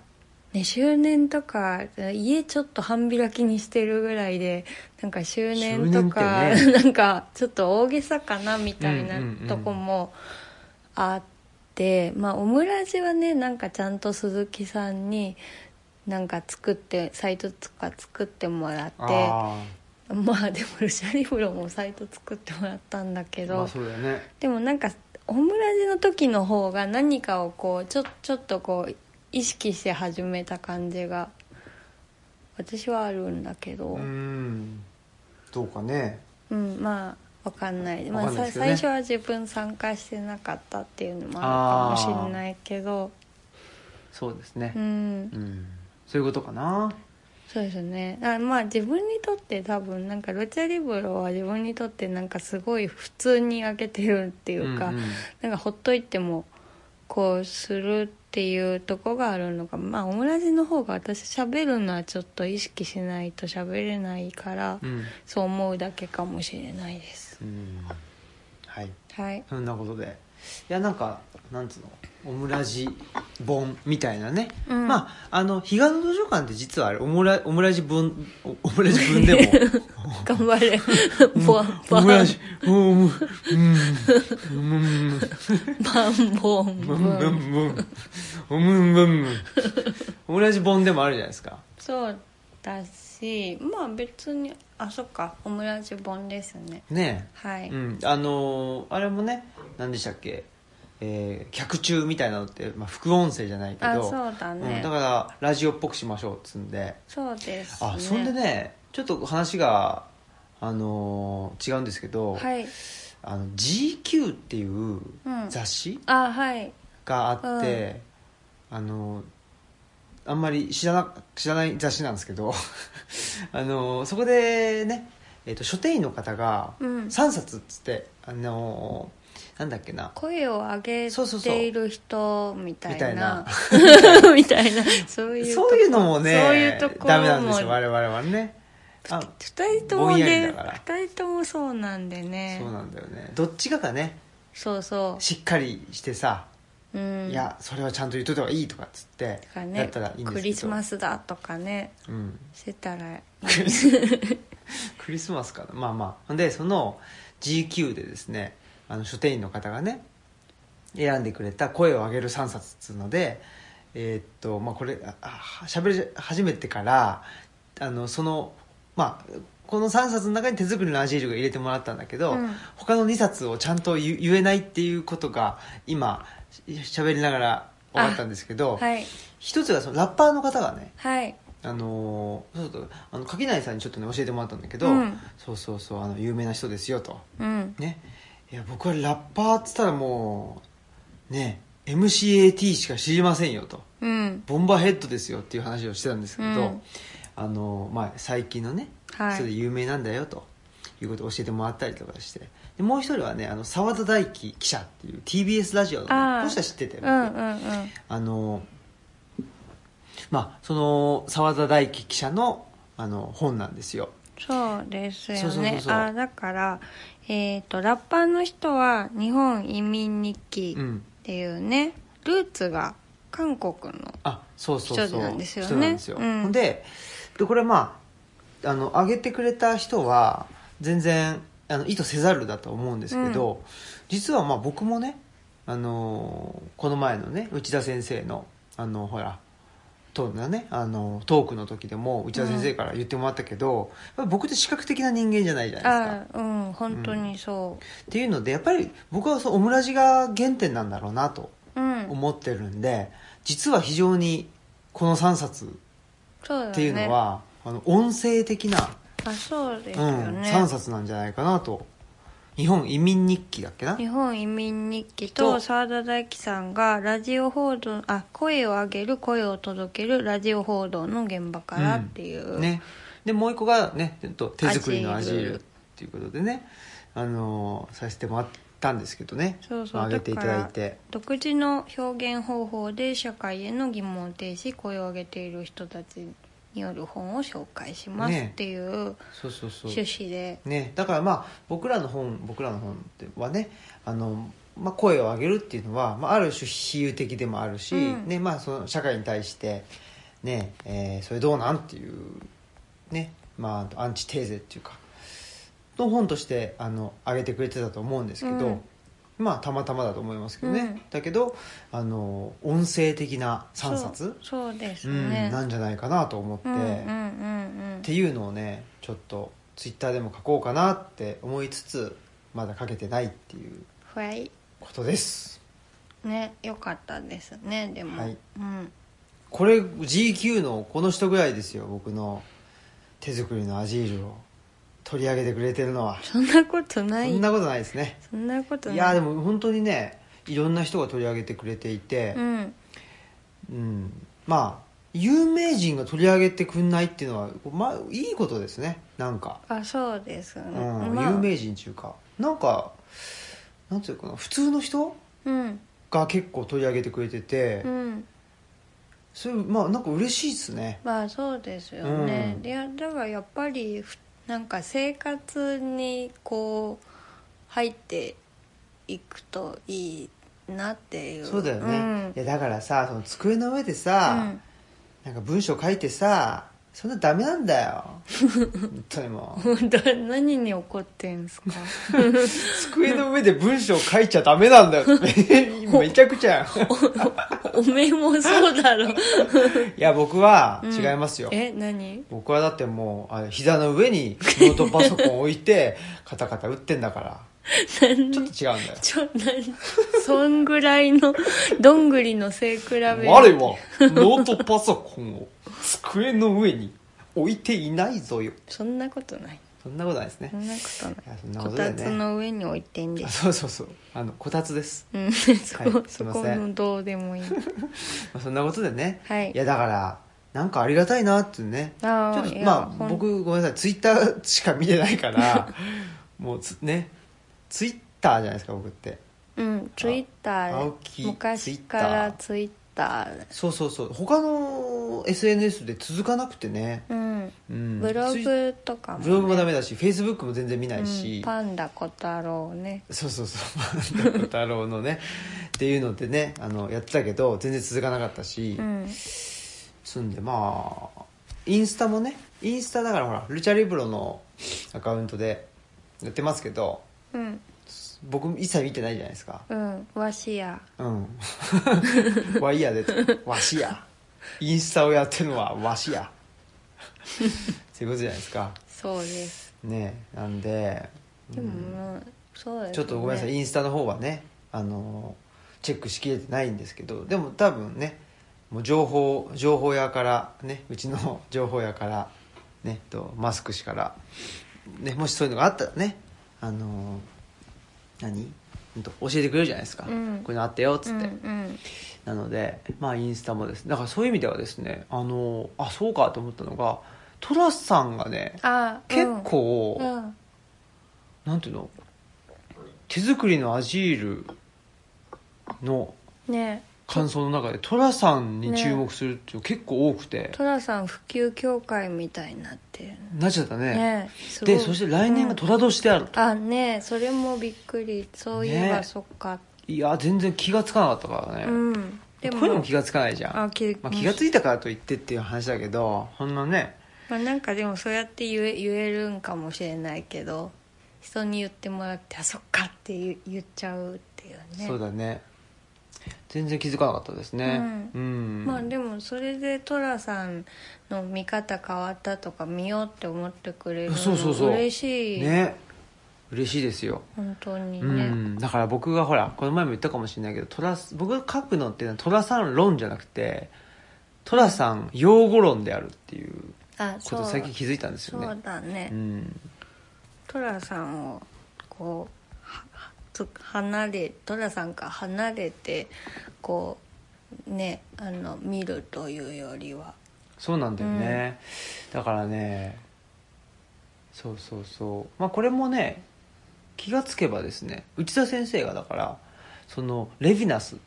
Speaker 2: ね、周年とか家ちょっと半開きにしてるぐらいでなんか周年とか
Speaker 1: 周年っ
Speaker 2: <laughs> なんかちょっと大げさかなみたいな
Speaker 1: うんうんうん
Speaker 2: とこもあって、まあオムラジはねなんかちゃんと鈴木さんになんか作ってサイトとか作ってもらって
Speaker 1: あ
Speaker 2: まあでもルチャリブロもサイト作ってもらったんだけ
Speaker 1: あ
Speaker 2: ど、
Speaker 1: まあそうだよね
Speaker 2: でもなんかオムラジの時の方が何かをこうちょちょっとこう意識して始めた感じが私はあるんだけど、
Speaker 1: うんどうかね
Speaker 2: うん、まあわかんないま
Speaker 1: わ
Speaker 2: あ
Speaker 1: かんないで
Speaker 2: さ
Speaker 1: すけどね
Speaker 2: 最初は自分参加してなかったっていうのもあるかもしれないけど
Speaker 1: そうですね
Speaker 2: うん
Speaker 1: うんそういうことかな
Speaker 2: そうですねあまあ自分にとって多分なんかロチャリブロは自分にとってなんかすごい普通に開けてるっていうか、
Speaker 1: んん
Speaker 2: なんかほっといてもこうするっていうとこがあるのかまあオムラジの方が私喋るのはちょっと意識しないと喋れないから、
Speaker 1: うん
Speaker 2: そう思うだけかもしれないです
Speaker 1: うんはい
Speaker 2: <laughs> はい
Speaker 1: そんなことでいやなんかなんつうのオムラジ本みたいなね、
Speaker 2: うん
Speaker 1: まああの彼岸の図書館って実はあれオムラオムラジ文オオムラジ文で <laughs> も
Speaker 2: 頑張れ <laughs> ボワン
Speaker 1: オ
Speaker 2: ボワン
Speaker 1: ムラジうんうんうん
Speaker 2: バンボン
Speaker 1: ブ
Speaker 2: ブ
Speaker 1: ンブ
Speaker 2: ン
Speaker 1: ンブンブンブンブンオムラジ本でもあるじゃないですか
Speaker 2: そうだしまあ別にあそっかオムラジ本ですね
Speaker 1: ね
Speaker 2: はい、
Speaker 1: うん、あのーあれもね何でしたっけ、えー客中みたいなのって、まあ、副音声じゃないけど
Speaker 2: あそうだね
Speaker 1: んだからラジオっぽくしましょうっつうんで
Speaker 2: そうです、ね、
Speaker 1: あそんでねちょっと話が、あのー違うんですけど、
Speaker 2: はい
Speaker 1: あの GQ っていう
Speaker 2: うん
Speaker 1: 雑誌
Speaker 2: あはい
Speaker 1: があって、あのーあんまり知らな知らない雑誌なんですけど、 <laughs> あのーそこでね、えー、と書店員の方が
Speaker 2: うん
Speaker 1: 3冊っつって、あのーなんだっけな
Speaker 2: 声を上げ
Speaker 1: そうそうそう
Speaker 2: ている人みたい
Speaker 1: みたいな
Speaker 2: な <laughs> みたいなそういうとこ
Speaker 1: そういうのもね
Speaker 2: そういうところも
Speaker 1: ダメなんですよ我々はねあ
Speaker 2: 2人とも
Speaker 1: ぼんやり
Speaker 2: で
Speaker 1: だから
Speaker 2: 二人ともそうなんでね
Speaker 1: そうなんだよねどっちかがね
Speaker 2: そうそ
Speaker 1: しっかりしてさ、
Speaker 2: ううん
Speaker 1: いやそれはちゃんと言っといた方がいいとかっつって
Speaker 2: とか
Speaker 1: や
Speaker 2: ね
Speaker 1: ったらいいんですけど
Speaker 2: クリスマスだとかね
Speaker 1: うん
Speaker 2: してたら
Speaker 1: クリスクリスマスかなまあまあでその GQ でですねあの書店員の方がね選んでくれた「声を上げる3冊」っつうのでえーっとまあこれああしゃべり始めてからあのそのまあこの3冊の中に手作りのアジールが入れてもらったんだけど、
Speaker 2: うん
Speaker 1: 他の2冊をちゃんと言言えないっていうことが今ししゃべりながら分かったんですけど、
Speaker 2: はい
Speaker 1: 一つがそのラッパーの方がね
Speaker 2: はい
Speaker 1: あのーそうそうあの柿内さんにちょっとね教えてもらったんだけど、
Speaker 2: うん
Speaker 1: そうそうそうあの有名な人ですよと
Speaker 2: うん
Speaker 1: ねいや僕はラッパーっつったらもうね MCAT しか知りませんよと
Speaker 2: うん
Speaker 1: ボンバーヘッドですよっていう話をしてたんですけど、
Speaker 2: うん
Speaker 1: あのーまあ、最近のね、
Speaker 2: はい
Speaker 1: 人で有名なんだよということを教えてもらったりとかしてでもう一人はねあの澤田大樹記者っていう TBS ラジオのこ
Speaker 2: あー
Speaker 1: の人は知ってて
Speaker 2: うんうんうん
Speaker 1: あのまあその澤田大樹記者のあの本なんですよ
Speaker 2: そうですよね
Speaker 1: そうそうそうそう
Speaker 2: あだから、えっとラッパーの人は日本移民日記
Speaker 1: うん
Speaker 2: っていうね、ルーツが韓国の
Speaker 1: あそうそうそう
Speaker 2: 一人なんですよね
Speaker 1: 一人なんですよ
Speaker 2: うん
Speaker 1: ほんででこれまああの上げてくれた人は全然あの意図せざるだと思うんですけど、実はまあ僕もねあのこの前のね内田先生のあのほらとのね、あのトークの時でも内田先生から言ってもらったけど、やっぱり僕って視覚的な人間じゃないじゃないですか
Speaker 2: あうん本当にそ
Speaker 1: っていうのでやっぱり僕はそうオムラジが原点なんだろうなと
Speaker 2: ううん、
Speaker 1: 思ってるんで実は非常にこの3冊っ
Speaker 2: そうだね
Speaker 1: ていうのは、あの音声的な、
Speaker 2: あそうです
Speaker 1: う
Speaker 2: よ
Speaker 1: ん、
Speaker 2: ね、
Speaker 1: 3冊なんじゃないかなと日本移民日記だっけな
Speaker 2: 日本移民日記
Speaker 1: と
Speaker 2: と澤田大樹さんがラジオ報道あ声を上げる声を届けるラジオ報道の現場からっていう、
Speaker 1: ね、でもう一個がねえっと手作りのアジー
Speaker 2: アジー
Speaker 1: ル
Speaker 2: ル
Speaker 1: っていうことでねあのーさせてもらったんですけどね
Speaker 2: そうそう
Speaker 1: あげていただいて
Speaker 2: 独自の表現方法で社会への疑問を呈し声を上げている人たちによる本を紹介します
Speaker 1: ね
Speaker 2: っていう
Speaker 1: そうそうそう
Speaker 2: 趣旨で、
Speaker 1: ね、だからまあ僕らの本僕らの本はねあの、まあ、声を上げるっていうのは、まあ、ある種比喩的でもあるし、
Speaker 2: うん
Speaker 1: ねまあ、その社会に対して、ねえーそれどうなんっていう、ねまあ、アンチテーゼっていうかの本としてあの上げてくれてたと思うんですけど、
Speaker 2: うん
Speaker 1: まあたまたまだと思いますけどね、
Speaker 2: うん
Speaker 1: だけどあの音声的な3冊
Speaker 2: そうそうです
Speaker 1: うん、
Speaker 2: ね、
Speaker 1: なんじゃないかなと思って。
Speaker 2: うんうんうんうん
Speaker 1: っていうのをねちょっとツイッターでも書こうかなって思いつつまだ書けてないっていう
Speaker 2: はい
Speaker 1: ことです
Speaker 2: ね良かったですねでも、
Speaker 1: はい
Speaker 2: うん
Speaker 1: これ GQ のこの人ぐらいですよ僕の手作りのアジールを取り上げてくれてるのは
Speaker 2: そんなこと
Speaker 1: そ
Speaker 2: ない
Speaker 1: んなことないですね
Speaker 2: そんなことない
Speaker 1: いやでも本当にねいろんな人が取り上げてくれていて
Speaker 2: う、ん
Speaker 1: うんまあ有名人が取り上げてくんないっていうのは、まあ、いいことですねなんか、
Speaker 2: あそうですね、
Speaker 1: うん
Speaker 2: まあ
Speaker 1: 有名人中かなんかなんていうかな普通の人
Speaker 2: うん
Speaker 1: が結構取り上げてくれてて、
Speaker 2: うん
Speaker 1: それまあなんか嬉しいですね
Speaker 2: まあそうですよね、
Speaker 1: うん
Speaker 2: いやだからやっぱりふなんか生活にこう入っていくといいなっていう
Speaker 1: そうだよね、
Speaker 2: うん
Speaker 1: いやだからさその机の上でさ、
Speaker 2: うん
Speaker 1: なんか文章書いてさそんなダメなんだよ
Speaker 2: <laughs>
Speaker 1: 本当にもう
Speaker 2: 本当何に怒ってんすか
Speaker 1: 机の上で文章書いちゃダメなんだよ
Speaker 2: <laughs>
Speaker 1: めちゃくちゃやん
Speaker 2: おめえもそうだろ
Speaker 1: いや僕は
Speaker 2: う
Speaker 1: <laughs>
Speaker 2: ん
Speaker 1: 違いますよ、
Speaker 2: え何
Speaker 1: 僕はだってもうあ膝の上にノートパソコン置いてカタカタ打ってんだから
Speaker 2: <laughs> 何
Speaker 1: ちょっと違うんだよ
Speaker 2: ちょ何そんぐらい
Speaker 1: <laughs>
Speaker 2: のどんぐりの背比べ
Speaker 1: 我はノートパソコンを机の上に置いていないぞよ
Speaker 2: そんなことない
Speaker 1: そんなことないですね
Speaker 2: そんなことない
Speaker 1: いやそんな
Speaker 2: こ
Speaker 1: ことだ
Speaker 2: た
Speaker 1: よ
Speaker 2: つ
Speaker 1: ね
Speaker 2: の上に置いてんで
Speaker 1: あ
Speaker 2: す
Speaker 1: そうそうそうあのこたつです、
Speaker 2: うん、 <laughs> そこ、
Speaker 1: はいすい
Speaker 2: そ
Speaker 1: ません
Speaker 2: このどうでもいい。
Speaker 1: まあ、そんなことでね、
Speaker 2: はい
Speaker 1: いやだからなんかありがたいなってね
Speaker 2: あ
Speaker 1: ちょ
Speaker 2: ー
Speaker 1: っと
Speaker 2: いや
Speaker 1: ま
Speaker 2: ほ
Speaker 1: あ
Speaker 2: ん
Speaker 1: 僕ごめんなさいツイッターしか見てないから
Speaker 2: <laughs>
Speaker 1: もうつねツイッターじゃないですか僕って
Speaker 2: うん、ツイッタ
Speaker 1: 青
Speaker 2: ー
Speaker 1: 木
Speaker 2: 昔からツイッター。
Speaker 1: そうそうそう他の SNS で続かなくてね、
Speaker 2: うん、
Speaker 1: うん、
Speaker 2: ブロ
Speaker 1: ツイブ
Speaker 2: グとかも、ね。
Speaker 1: ログもダメだしフェイスブックも全然見ない
Speaker 2: うん
Speaker 1: し、
Speaker 2: パンダ小太郎ね。
Speaker 1: そうそうそう <laughs> 「太郎」のねっていうのでねあのやってたけど全然続かなかったし、
Speaker 2: うん、
Speaker 1: すんでまあインスタもねインスタだからほらルチャリブロのアカウントでやってますけど
Speaker 2: うん、
Speaker 1: 僕一切見てないじゃないですか
Speaker 2: うん、わしや。
Speaker 1: うん <laughs> わいやでとわしやインスタをやってるのはわしやそういうことじゃないですか
Speaker 2: そうです。
Speaker 1: ねえなんで、
Speaker 2: でも、まあ、そうです、ね。
Speaker 1: ちょっとごめんなさいインスタの方はねあのチェックしきれてないんですけどでも多分ねもう情報情報屋からねうちの <laughs> 情報屋からねとマスク氏から、ね、もしそういうのがあったらねあの何ほんと教えてくれるじゃないですか、
Speaker 2: うん
Speaker 1: こういうのあったよっつ
Speaker 2: う
Speaker 1: っ
Speaker 2: ん、
Speaker 1: て、
Speaker 2: うん、
Speaker 1: なのでまあインスタもですねだからそういう意味ではですねあのあそうかと思ったのがトラスさんがね
Speaker 2: あ、
Speaker 1: 結
Speaker 2: うん。
Speaker 1: 構、
Speaker 2: うん、
Speaker 1: なんていうの手作りのアジールの
Speaker 2: ね
Speaker 1: 感想の中で寅さんに注目するっていうの結構多くて、
Speaker 2: トラさん普及協会みたいになってるね
Speaker 1: なっちゃったね
Speaker 2: ねすごい
Speaker 1: でそして来年が
Speaker 2: うん
Speaker 1: 寅年であると、
Speaker 2: あねえそれもびっくりそういえば、
Speaker 1: ね
Speaker 2: そっか
Speaker 1: いや全然気がつかなかったからね、
Speaker 2: うんでも
Speaker 1: こういうのも気がつかないじゃん
Speaker 2: あ気
Speaker 1: まあ、気がついたからといってっていう話だけどほんのね
Speaker 2: まあ、なんかでもそうやって言え言えるんかもしれないけど人に言ってもらって「あそっか」って言言っちゃうっていうね
Speaker 1: そうだね全然気づかなかったですねう、
Speaker 2: うんまあでもそれで寅さんの見方変わったとか見ようって思ってくれるの
Speaker 1: そうそうそう
Speaker 2: 嬉しい、
Speaker 1: ね嬉しいですよ
Speaker 2: 本当に
Speaker 1: う
Speaker 2: ね
Speaker 1: ん、だから僕がほらこの前も言ったかもしれないけどトラス僕が書くのっていうのはトラさん論じゃなくてトラさん用語論であるっていう
Speaker 2: あ
Speaker 1: こ
Speaker 2: そ
Speaker 1: と
Speaker 2: う
Speaker 1: を最近気づいたんですよ
Speaker 2: そう
Speaker 1: ね
Speaker 2: だ
Speaker 1: う
Speaker 2: ね
Speaker 1: ん
Speaker 2: 寅、さんをこうははつ離れ寅さんから離れてこうねあの見るというよりは
Speaker 1: そうなんだよね、だからねそうそうそうまあこれもね気がつけばですね内田先生がだからそのレヴィナス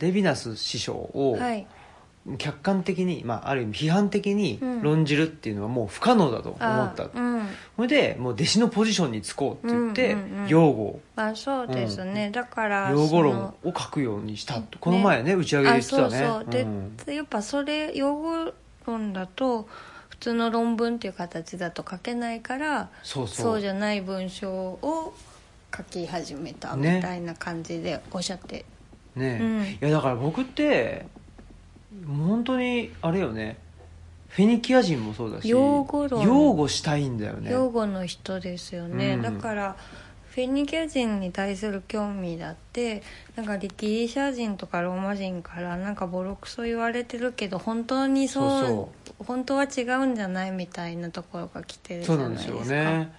Speaker 1: レヴィナス師匠を
Speaker 2: はい
Speaker 1: 客観的に、まあ、ある意味批判的に
Speaker 2: うん
Speaker 1: 論じるっていうのはもう不可能だと思
Speaker 2: あ
Speaker 1: った
Speaker 2: うん
Speaker 1: それでもう弟子のポジションにつこうって言って、
Speaker 2: うんうんうん
Speaker 1: 用語
Speaker 2: まあそうですね、だから
Speaker 1: 用語
Speaker 2: そ
Speaker 1: 論
Speaker 2: の
Speaker 1: を書くようにしたと
Speaker 2: ね
Speaker 1: この前ね打ち上げで言
Speaker 2: あ
Speaker 1: ってた
Speaker 2: そ
Speaker 1: ね
Speaker 2: うそうで、
Speaker 1: ん
Speaker 2: やっぱそれ用語論だと普通の論文っていう形だと書けないから
Speaker 1: そう
Speaker 2: そ
Speaker 1: そう
Speaker 2: うじゃない文章を書き始めたみ
Speaker 1: ね
Speaker 2: たいな感じでおっしゃって、
Speaker 1: ね、
Speaker 2: うん
Speaker 1: いやだから僕ってもう本当にあれよねフェニキア人もそうだし
Speaker 2: 用語論
Speaker 1: 擁護したいんだよね
Speaker 2: 用語の人ですよね、
Speaker 1: うん
Speaker 2: だからフェニキア人に対する興味だってなんかギリシャ人とかローマ人からなんかボロクソ言われてるけど本当にそう
Speaker 1: そうそ
Speaker 2: 本当は違うんじゃないみたいなところが来てるじ
Speaker 1: そ
Speaker 2: ゃ
Speaker 1: うな
Speaker 2: ない
Speaker 1: ん
Speaker 2: で
Speaker 1: ですす
Speaker 2: か
Speaker 1: よね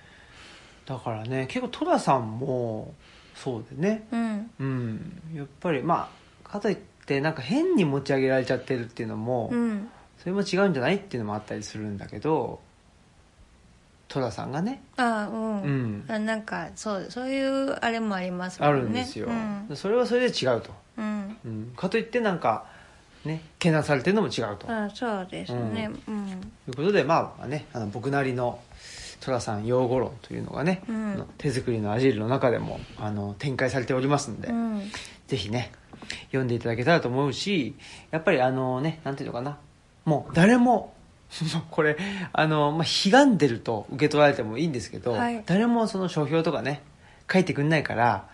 Speaker 1: だからね結構戸田さんもそうでね
Speaker 2: うん
Speaker 1: うんやっぱりまあかといってなんか変に持ち上げられちゃってるっていうのも、
Speaker 2: うん
Speaker 1: それも違うんじゃないっていうのもあったりするんだけど戸田さんがね、
Speaker 2: あうん、
Speaker 1: うん
Speaker 2: あなんかそうそういうあれもありますも
Speaker 1: あ
Speaker 2: ね
Speaker 1: るんですよ、
Speaker 2: うん
Speaker 1: それはそれで違うと、
Speaker 2: うん
Speaker 1: うん、かといってなんかねけなされてるのも違うと、
Speaker 2: あそうですねうん
Speaker 1: ということでまあねあの僕なりの寅さん用語論というのがね、
Speaker 2: うん
Speaker 1: あの手作りのアジールの中でもあの展開されておりますので、
Speaker 2: うん、
Speaker 1: ぜひね読んでいただけたらと思うしやっぱりあのねなんていうのかなもう誰も <laughs> もうこれあの、まあ、悲願でると受け取られてもいいんですけど、
Speaker 2: はい
Speaker 1: 誰もその書評とかね書いてくんないから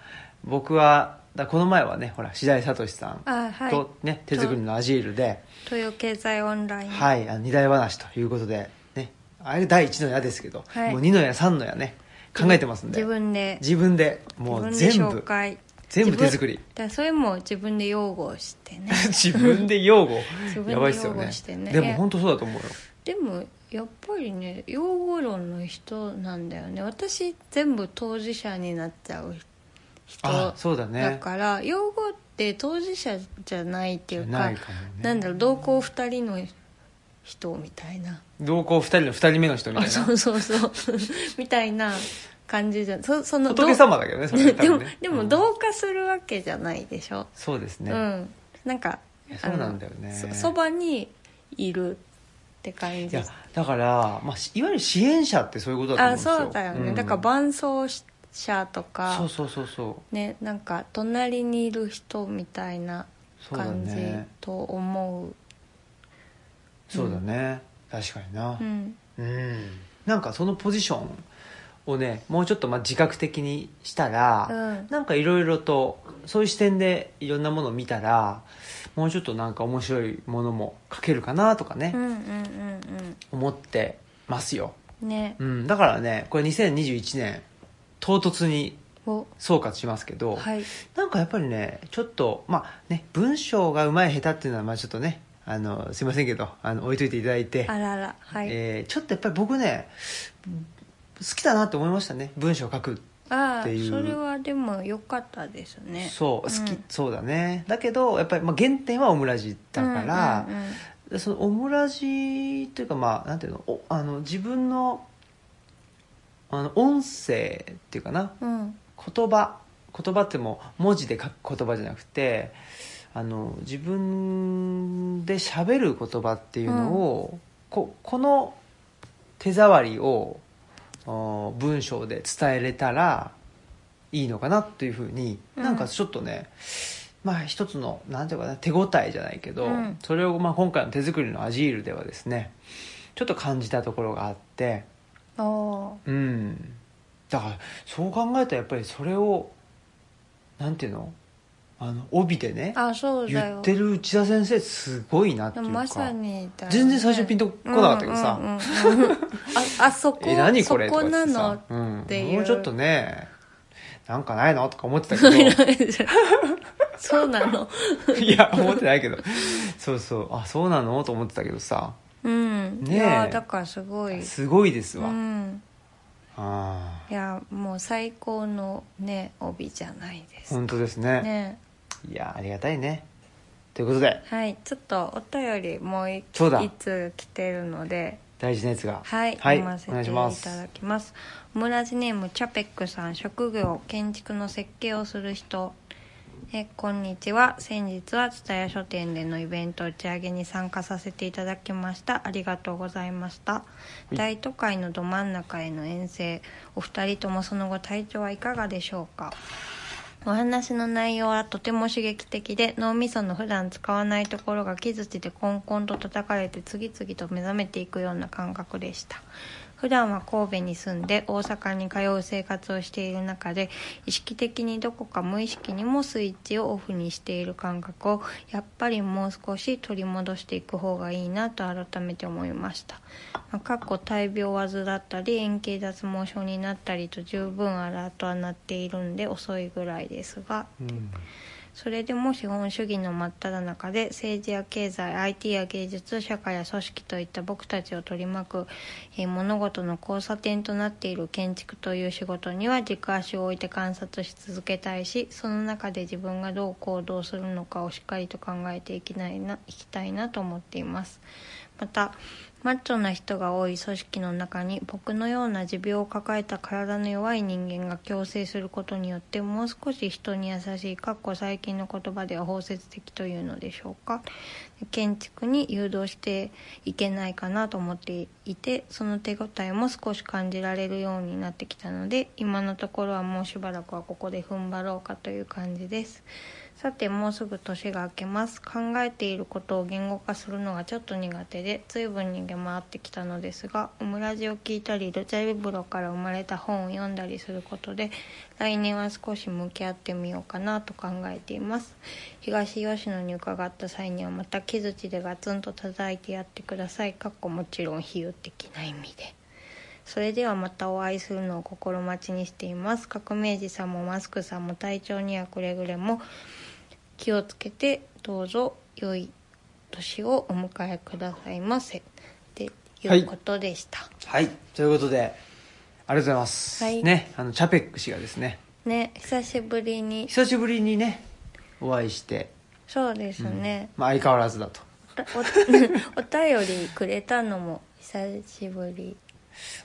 Speaker 1: 僕はだこの前はねほら白井聡さん
Speaker 2: あはい
Speaker 1: と、ね手作りのアジールで、
Speaker 2: 豊経済オンライン
Speaker 1: はい、あの二大話ということで、ね、あれ第一の矢ですけど、
Speaker 2: はい
Speaker 1: もう二の矢三の矢ね考えてますんで
Speaker 2: 自分で
Speaker 1: 自分でもう
Speaker 2: 自分で
Speaker 1: 全
Speaker 2: 紹
Speaker 1: 部
Speaker 2: 介
Speaker 1: 全部手作り
Speaker 2: 自分だからそれも自分で擁護してね
Speaker 1: <laughs> 自分で擁護
Speaker 2: 自分で
Speaker 1: やばいっすよ
Speaker 2: 擁
Speaker 1: ね
Speaker 2: 護してね
Speaker 1: でも本当そうだと思うよ
Speaker 2: でもやっぱりね擁護論の人なんだよね私全部当事者になっちゃう人
Speaker 1: あそうだね
Speaker 2: だから擁護って当事者じゃないっていうか
Speaker 1: ないかもね
Speaker 2: なんだろう同行2人の人みたいな
Speaker 1: 同行2人の2人目の人みた
Speaker 2: あ
Speaker 1: い
Speaker 2: そ
Speaker 1: な
Speaker 2: うそうそう <laughs> みたいな感じじゃそその
Speaker 1: 仏様だけどねそれ
Speaker 2: で
Speaker 1: は多
Speaker 2: でも
Speaker 1: 分ね
Speaker 2: でも
Speaker 1: うん
Speaker 2: 同化するわけじゃないでしょ、
Speaker 1: そうです
Speaker 2: う
Speaker 1: ね
Speaker 2: んなんか
Speaker 1: いやそうなんだよね
Speaker 2: あのそそばにいるって感
Speaker 1: い
Speaker 2: じ
Speaker 1: やだからまあいわゆる支援者ってそういうことだ
Speaker 2: あ
Speaker 1: と思
Speaker 2: そうう
Speaker 1: で
Speaker 2: ん
Speaker 1: すよ
Speaker 2: だよね、
Speaker 1: ん
Speaker 2: だから伴走者とか
Speaker 1: そうそうそうそ
Speaker 2: ねなんか隣にいる人みたいな
Speaker 1: そうだ
Speaker 2: 感じ
Speaker 1: ね
Speaker 2: と思う
Speaker 1: うそうだね確かにな
Speaker 2: うん
Speaker 1: うんなんかそのポジションをねもうちょっとまあ自覚的にしたら
Speaker 2: うん
Speaker 1: なんかいろいろとそういう視点でいろんなものを見たらもうちょっとなんか面白いものも書けるかなとかね
Speaker 2: うんうんうん
Speaker 1: 思ってますよ、
Speaker 2: うんね
Speaker 1: うん、だからねこれ2021年唐突に
Speaker 2: お
Speaker 1: 総括しますけど、
Speaker 2: はい
Speaker 1: なんかやっぱりねちょっとまあね文章がうまい下手っていうのはまあちょっとねあのすいませんけどあの置いといていただいて、
Speaker 2: あららはい、
Speaker 1: えーちょっとやっぱり僕ね好きだなって思いましたね文章を書く
Speaker 2: ああ
Speaker 1: っていう
Speaker 2: それはでも良かったですね
Speaker 1: そう好き、
Speaker 2: うん
Speaker 1: そうだねだけどやっぱり、まあ、原点はオムラジだから、
Speaker 2: うんうんうん
Speaker 1: でそのオムラジというかまあなんていうのおあの自分のあの音声っていうかな
Speaker 2: うん
Speaker 1: 言葉言葉ってもう文字で書く言葉じゃなくてあの自分で喋る言葉っていうのを、ここの手触りをお文章で伝えれたらいいのかなというふうに、
Speaker 2: うん
Speaker 1: なんかちょっとねまあ一つのなんていうかな手応えじゃないけど、
Speaker 2: うん
Speaker 1: それをまあ今回の手作りのアジールではですねちょっと感じたところがあって。
Speaker 2: お
Speaker 1: うんだからそう考えたらやっぱりそれをなんていうのあの帯でね
Speaker 2: ーあそうだ
Speaker 1: 言
Speaker 2: よ
Speaker 1: ってる内田先生すごいなって
Speaker 2: で
Speaker 1: いう
Speaker 2: も
Speaker 1: か
Speaker 2: まさにだよね
Speaker 1: 全然最初ピンとこなかったけどさ
Speaker 2: うんうんうんうんああそこ
Speaker 1: <laughs> え何これ
Speaker 2: そこな
Speaker 1: と
Speaker 2: の
Speaker 1: か言ってさ
Speaker 2: ってい
Speaker 1: ん
Speaker 2: う
Speaker 1: もうちょっとねなんかないのとか思ってたけ
Speaker 2: <laughs> そうなの
Speaker 1: ど <laughs> いや思ってないけどそうそうあそうなのと思ってたけどさ
Speaker 2: うん、
Speaker 1: ねえ
Speaker 2: いやだからすごい
Speaker 1: すごいですわ、あ
Speaker 2: うん
Speaker 1: あ
Speaker 2: いやもう最高のね帯じゃないですか
Speaker 1: 本当ですね
Speaker 2: ね
Speaker 1: いやありがたいねということで
Speaker 2: はいちょっとお便りもう一
Speaker 1: そうだ
Speaker 2: いつ来てるので
Speaker 1: 大事なやつが
Speaker 2: はい、
Speaker 1: はい、お
Speaker 2: 読ませて
Speaker 1: 願い
Speaker 2: い
Speaker 1: したま
Speaker 2: だ
Speaker 1: す
Speaker 2: きますオムラジネームチャペックさん職業建築の設計をする人えこんにちは先日は蔦屋書店でのイベント打ち上げに参加させていただきましたありがとうございました
Speaker 1: い
Speaker 2: 大都会のど真ん中への遠征お二人ともその後体調はいかがでしょうかお話の内容はとても刺激的で脳みその普段使わないところが木槌でコンコンと叩かれて次々と目覚めていくような感覚でした普段は神戸に住んで大阪に通う生活をしている中で意識的にどこか無意識にもスイッチをオフにしている感覚をやっぱりもう少し取り戻していく方がいいなと改めて思いました、まあ、かっこ大病を患ったり円形脱毛症になったりと十分アラートはなっているんで遅いぐらいですが
Speaker 1: うん
Speaker 2: それでも資本主義の真っ只中で政治や経済 IT や芸術社会や組織といった僕たちを取り巻く、えー物事の交差点となっている建築という仕事には軸足を置いて観察し続けたいしその中で自分がどう行動するのかをしっかりと考えていきないないきたいなと思っています。またマッチョな人が多い組織の中に僕のような持病を抱えた体の弱い人間が共生することによってもう少し人に優しいかっこ最近の言葉では包摂的というのでしょうか建築に誘導していけないかなと思っていてその手応えも少し感じられるようになってきたので今のところはもうしばらくはここで踏ん張ろうかという感じですさてもうすぐ年が明けます考えていることを言語化するのがちょっと苦手で随分逃げ回ってきたのですがオムラジを聞いたりルチャリブロから生まれた本を読んだりすることで来年は少し向き合ってみようかなと考えています東吉野に伺った際にはまた木槌でガツンと叩いてやってくださいかっこもちろん比喩的な意味でそれではまたお会いするのを心待ちにしています革命児さんもマスクさんも体調にはくれぐれも気をつけてどうぞ良い年をお迎えくださいませっていうことでした、
Speaker 1: はいということでありがとうございます、
Speaker 2: はい
Speaker 1: ねあのチャペック氏がですね
Speaker 2: ね久しぶりに
Speaker 1: 久しぶりにねお会いして、
Speaker 2: そうですね、
Speaker 1: まあ、相変わらずだと
Speaker 2: おお <laughs> 便りくれたのも久しぶり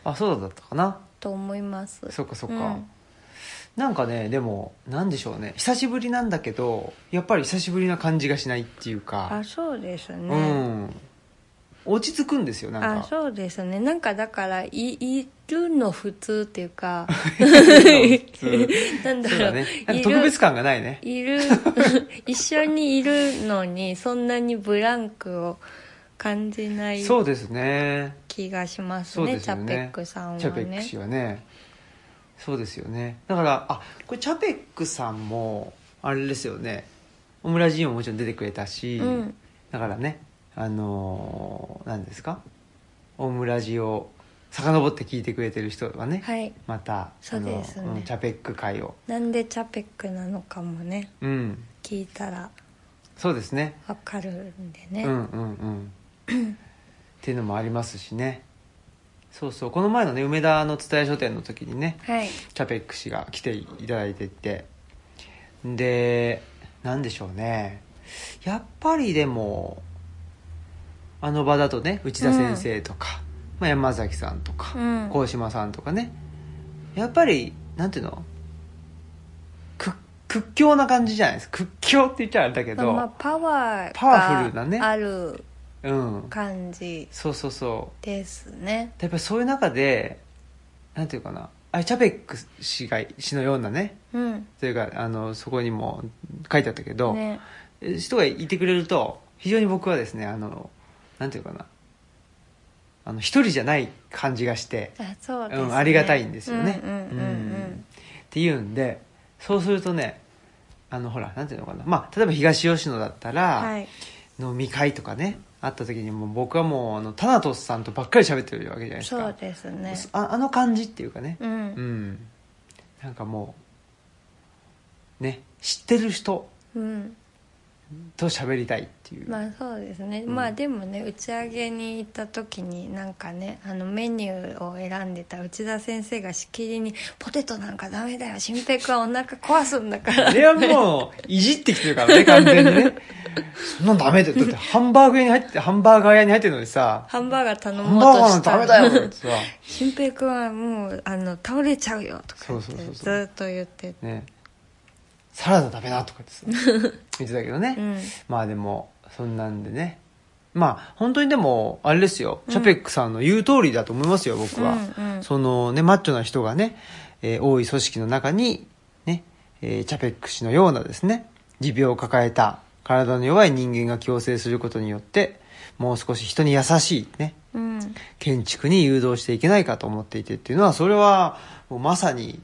Speaker 1: あそうだったかな
Speaker 2: と思います
Speaker 1: そっかそっか、
Speaker 2: うん
Speaker 1: なんかねでもなんでしょうね久しぶりなんだけどやっぱり久しぶりな感じがしないっていうか
Speaker 2: あそうですね、
Speaker 1: うん落ち着くんですよなんか
Speaker 2: あそうですねなんかだからいいるの普通ってい
Speaker 1: <laughs>
Speaker 2: うか
Speaker 1: 普
Speaker 2: <laughs> なんだ
Speaker 1: そう
Speaker 2: ろ
Speaker 1: だ
Speaker 2: う
Speaker 1: ねなん
Speaker 2: い
Speaker 1: か
Speaker 2: る
Speaker 1: 特別感がないね
Speaker 2: いる <laughs> 一緒にいるのにそんなにブランクを感じない
Speaker 1: そうですね
Speaker 2: 気がします
Speaker 1: そう
Speaker 2: ね
Speaker 1: です
Speaker 2: チ
Speaker 1: よ
Speaker 2: ャ
Speaker 1: ね
Speaker 2: ペックさんはね
Speaker 1: チャペック氏はねそうですよねだからあこれチャペックさんもあれですよねオムラジンももちろん出てくれたし、
Speaker 2: うん
Speaker 1: だからねあのー何ですかオムラジを遡って聞いてくれてる人はね、
Speaker 2: はい
Speaker 1: また
Speaker 2: そうですね
Speaker 1: あのうんチャペック会を
Speaker 2: なんでチャペックなのかもね
Speaker 1: うん
Speaker 2: 聞いたら
Speaker 1: そうですね
Speaker 2: わかるんでね、
Speaker 1: うんうんうんっていうのもありますしねそうそうこの前のね梅田の蔦屋書店の時にね
Speaker 2: はい
Speaker 1: チャペック氏が来ていただいててでなんでしょうねやっぱりでもあの場だとね内田先生とか、まあ、山崎さんとか、
Speaker 2: うん
Speaker 1: 鴻島さんとかねやっぱりなんていうのく屈強な感じじゃないですか屈強って言っちゃあれだけ
Speaker 2: ま
Speaker 1: ど、
Speaker 2: あ、まあパワ
Speaker 1: パワフル
Speaker 2: ー
Speaker 1: なね
Speaker 2: がある
Speaker 1: うん
Speaker 2: 感じ
Speaker 1: そうそうそう
Speaker 2: ですね
Speaker 1: やっぱりそういう中でなんていうかなあれチャペック氏が氏のようなね
Speaker 2: うん
Speaker 1: というかあのそこにも書いてあったけど、
Speaker 2: ね
Speaker 1: え人がいてくれると非常に僕はですねあのなんていうかなあの一人じゃない感じがして
Speaker 2: あそうですね、
Speaker 1: ん、ありがたいんですよね。
Speaker 2: うんうんうんう
Speaker 1: うんんっていうんでそうするとねあのほらなんていうのかな、まあ、例えば東吉野だったら、
Speaker 2: はい
Speaker 1: 飲み会とかねあった時にもう僕はもうあのタナトスさんとばっかり喋ってるわけじゃないですか
Speaker 2: そうですね
Speaker 1: ああの感じっていうかね
Speaker 2: う
Speaker 1: うんんなんかもうね知ってる人
Speaker 2: うん
Speaker 1: と喋りたいっていう、
Speaker 2: まあそうですね、
Speaker 1: うん
Speaker 2: まあでもね打ち上げに行った時になんかねあのメニューを選んでた内田先生がしきりに「ポテトなんかダメだよ心平君はお腹壊すんだから」
Speaker 1: あれはもう、いじってきてるからね、完全にね。そんなんダメだよ。だって、ハンバーグ屋に入って、ハンバーガー屋に入ってるのにさ、
Speaker 2: ハンバーガー頼
Speaker 1: ハ
Speaker 2: も
Speaker 1: ン
Speaker 2: う
Speaker 1: バー
Speaker 2: と
Speaker 1: ガーなん
Speaker 2: してた
Speaker 1: ダメだよとか言ってさ、
Speaker 2: 心平君はもうあの倒れちゃうよとか言って
Speaker 1: そうそうそうそう
Speaker 2: ずっと言ってて
Speaker 1: ね、サラダダメだとか言ってさ、言ってたけどね。
Speaker 2: うん
Speaker 1: まあでも、そんなんでね。まあ、本当にでも、あれですよ、チャペックさんの言う通りだと思いますよ、僕は。
Speaker 2: うんうん
Speaker 1: そのね、マッチョな人がね、えー多い組織の中に、ね、えーチャペック氏のようなですね、持病を抱えた体の弱い人間が共生することによって、もう少し人に優しい、ね、
Speaker 2: うんうん
Speaker 1: 建築に誘導していけないかと思っていてっていうのはそれはもうまさに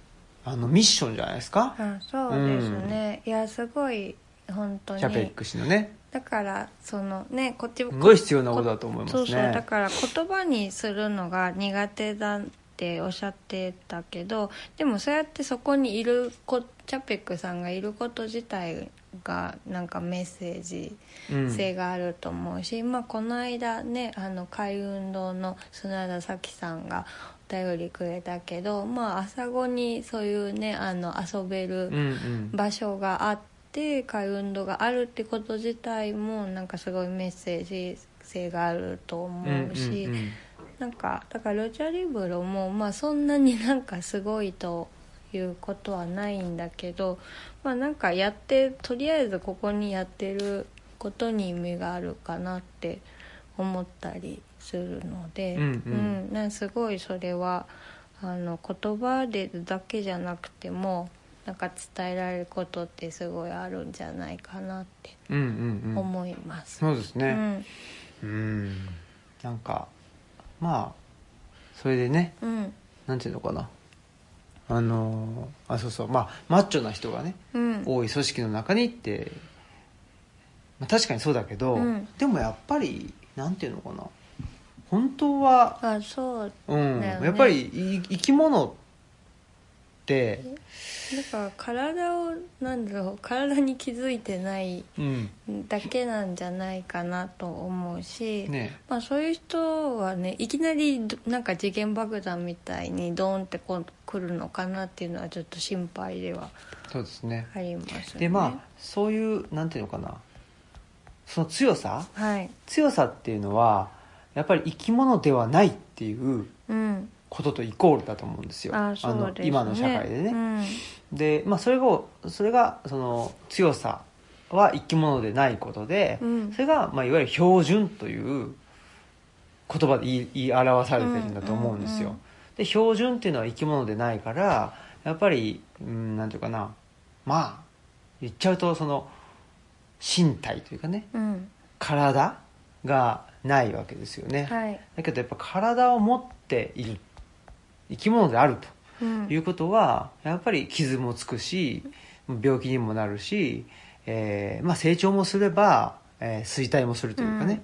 Speaker 1: あのミッションじゃないですか、
Speaker 2: あそうですね、いやすごい本当
Speaker 1: シャペッ
Speaker 2: に
Speaker 1: ク氏のね
Speaker 2: だからそのねこっち
Speaker 1: すごい必要なことだと思いますね
Speaker 2: そうそうだから言葉にするのが苦手だっておっしゃってたけどでもそうやってそこにいるこチャペックさんがいること自体がなんかメッセージ
Speaker 1: うん
Speaker 2: 性があると思うし、まあ、この間ねあの海運動の砂田咲さんがお便りくれたけど、まあ、朝後にそういうねあの遊べる
Speaker 1: うんうん
Speaker 2: 場所があって海運動があるってこと自体もなんかすごいメッセージ性があると思うし。
Speaker 1: うんうん
Speaker 2: なんかだからルチャリブロも、まあ、そんなになんかすごいということはないんだけど、 <laughs> まあ、なんかやってとりあえずここにやってることに意味があるかなって思ったりするので、
Speaker 1: うんうん
Speaker 2: うんなんかすごいそれはあの言葉でだけじゃなくてもなんか伝えられることってすごいあるんじゃないかなって
Speaker 1: うんうんうん
Speaker 2: 思います。
Speaker 1: そうです
Speaker 2: う
Speaker 1: ね
Speaker 2: ん
Speaker 1: うんなんかまあそれでね
Speaker 2: うん
Speaker 1: なんていうのかなあのーあそうそうまあマッチョな人がね
Speaker 2: うん
Speaker 1: 多い組織の中にって、まあ、確かにそうだけど、
Speaker 2: うん
Speaker 1: でもやっぱりなんていうのかな本当は、
Speaker 2: あそう
Speaker 1: うん
Speaker 2: だよね
Speaker 1: やっぱりい生き物って、
Speaker 2: だから体をなんだろう体に気づいてない
Speaker 1: うん
Speaker 2: だけなんじゃないかなと思うし、
Speaker 1: ね
Speaker 2: まあ、そういう人はねいきなりどなんか次元爆弾みたいにドーンってこう来るのかなっていうのはちょっと心配では
Speaker 1: そうですね
Speaker 2: ありますね
Speaker 1: でまあそういうなんていうのかなその強さ
Speaker 2: あはい
Speaker 1: 強さっていうのはやっぱり生き物ではないっていう
Speaker 2: うん
Speaker 1: こととイコールだと思うんですよ
Speaker 2: あそうですね
Speaker 1: の今の社会でね、
Speaker 2: うん
Speaker 1: で、まあ、それをそれがその強さは生き物でないことで、
Speaker 2: うん
Speaker 1: それが、まあ、いわゆる標準という言葉で言い言い表されてるんだと思うんですよ、
Speaker 2: うんうんうん
Speaker 1: で標準っていうのは生き物でないからやっぱり、うん、なんていうかなまあ言っちゃうとその身体というかね
Speaker 2: うん
Speaker 1: 体がないわけですよね、
Speaker 2: はい
Speaker 1: だけどやっぱ体を持っている生き物であると
Speaker 2: うん
Speaker 1: いうことはやっぱり傷もつくし病気にもなるし、えーまあ、成長もすれば、えー衰退もするというかね、
Speaker 2: うん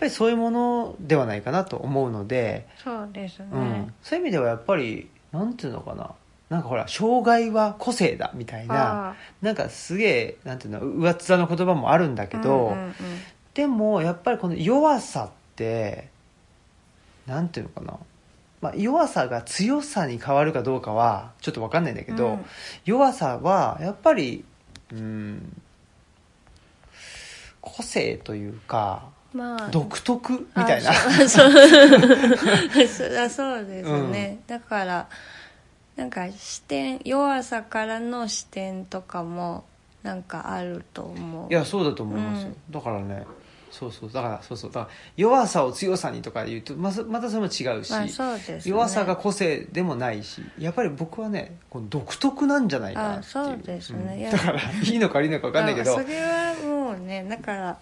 Speaker 1: やっぱりそういうものではないかなと思うので、
Speaker 2: そうですね、
Speaker 1: うんそういう意味ではやっぱりなんていうのかななんかほら障害は個性だみたいな
Speaker 2: あ
Speaker 1: なんかすげえなんていうの上っ面の言葉もあるんだけど、
Speaker 2: うんうんうん
Speaker 1: でもやっぱりこの弱さってなんていうのかな、まあ、弱さが強さに変わるかどうかはちょっと分かんないんだけど、
Speaker 2: うん
Speaker 1: 弱さはやっぱりうん個性というか
Speaker 2: まあ
Speaker 1: 独特みたいな
Speaker 2: あそうそうそうあそうですね、だからなんか視点弱さからの視点とかもなんかあると
Speaker 1: <laughs>
Speaker 2: 思う
Speaker 1: いやそうだと思いますよ、
Speaker 2: う
Speaker 1: だからねそうそうだからそうそうだから弱さを強さにとか言うとまずまたそれも違うし、
Speaker 2: まあそうですね
Speaker 1: 弱さが個性でもないしやっぱり僕はねこの独特なんじゃないかなっていう
Speaker 2: あそうですね
Speaker 1: うん
Speaker 2: いや
Speaker 1: だからいいのか悪いのか分かんないけど
Speaker 2: あそれはもうねだからなんか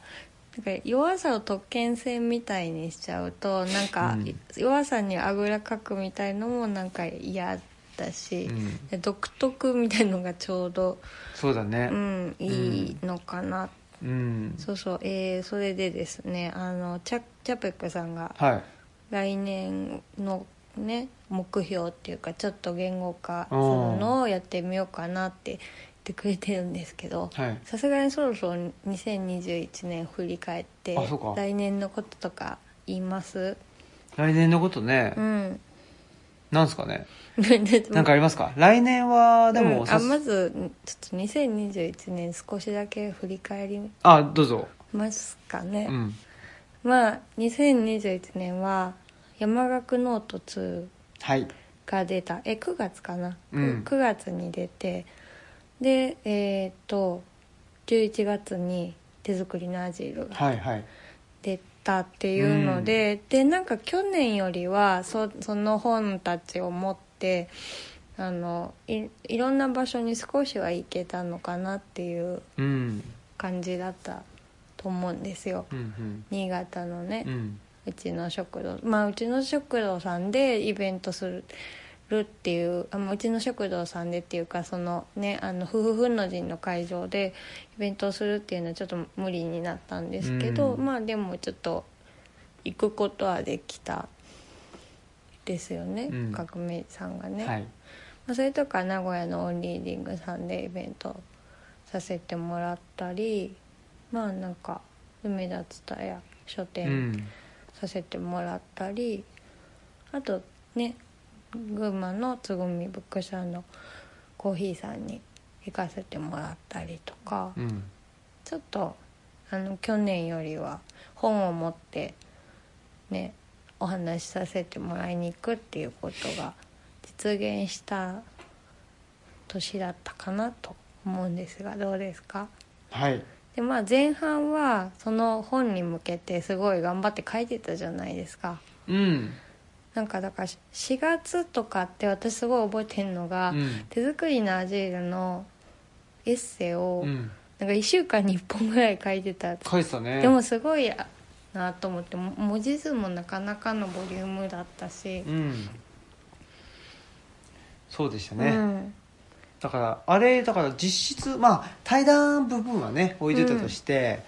Speaker 2: 弱さを特権性みたいにしちゃうとなんか、
Speaker 1: うん
Speaker 2: 弱さにあぐらかくみたいのもなんか嫌だし
Speaker 1: う、ん
Speaker 2: で独特みたいのがちょうど、
Speaker 1: そうだね
Speaker 2: うん、いいのかなって
Speaker 1: うん、
Speaker 2: そうそう、えーそれでですねあのチャチャペックさんが
Speaker 1: はい
Speaker 2: 来年のね目標っていうかちょっと言語化するのをやってみようかなって言ってくれてるんですけど
Speaker 1: はい
Speaker 2: さすがにそろそろ2021年振り返って
Speaker 1: あそうか
Speaker 2: 来年のこととか言います
Speaker 1: 来年のことね、
Speaker 2: うん <laughs>
Speaker 1: なんですかね
Speaker 2: な
Speaker 1: なんかありますか来年はでも、さ
Speaker 2: あ
Speaker 1: す
Speaker 2: まずちょっと2021年少しだけ振り返り
Speaker 1: あどうぞ
Speaker 2: ますかね、
Speaker 1: うん
Speaker 2: まあ2021年は山岳ノート2
Speaker 1: はい
Speaker 2: が出たえ9月かな、
Speaker 1: うん
Speaker 2: 9, 月に出てでえーっと11月に手作りのアジールが
Speaker 1: はいはい
Speaker 2: 出たっていうので、でなんか去年よりはそその本たちを持ってあのいいろんな場所に少しは行けたのかなっていう
Speaker 1: うん
Speaker 2: 感じだったと思うんですよ
Speaker 1: うん
Speaker 2: 新潟のね、
Speaker 1: うんうん
Speaker 2: うちの食堂まあうちの食堂さんでイベントするるっていうあまあうちの食堂さんでっていうかそのねあの夫婦ふんの陣の会場でイベントをするっていうのはちょっと無理になったんですけど、
Speaker 1: うん
Speaker 2: まあでもちょっと行くことはできたですよね、
Speaker 1: うん
Speaker 2: 革命さんがね。
Speaker 1: はい
Speaker 2: まあ、それとか名古屋のオンリーディングさんでイベントさせてもらったりまあなんか梅田蔦屋書
Speaker 1: う
Speaker 2: 店
Speaker 1: ん
Speaker 2: させてもらったり、あとね群馬のつぐみブック社のコーヒーさんに行かせてもらったりとか、
Speaker 1: うん
Speaker 2: ちょっとあの去年よりは本を持ってねお話しさせてもらいに行くっていうことが実現した年だったかなと思うんですがどうですか
Speaker 1: はい
Speaker 2: でまあ前半はその本に向けてすごい頑張って書いてたじゃないですか
Speaker 1: うん
Speaker 2: なんかだから4月とかって私すごい覚えてるのが、
Speaker 1: うん
Speaker 2: 手作りのアジールのエッセイを、
Speaker 1: うん
Speaker 2: なんか1週間に1本ぐらい書いてた
Speaker 1: 書いてたね
Speaker 2: でもすごいなと思っても文字数もなかなかのボリュームだったし、
Speaker 1: うんそうでした
Speaker 2: う
Speaker 1: ね、
Speaker 2: ん
Speaker 1: だからあれだから実質まあ対談部分はね置いてたとして、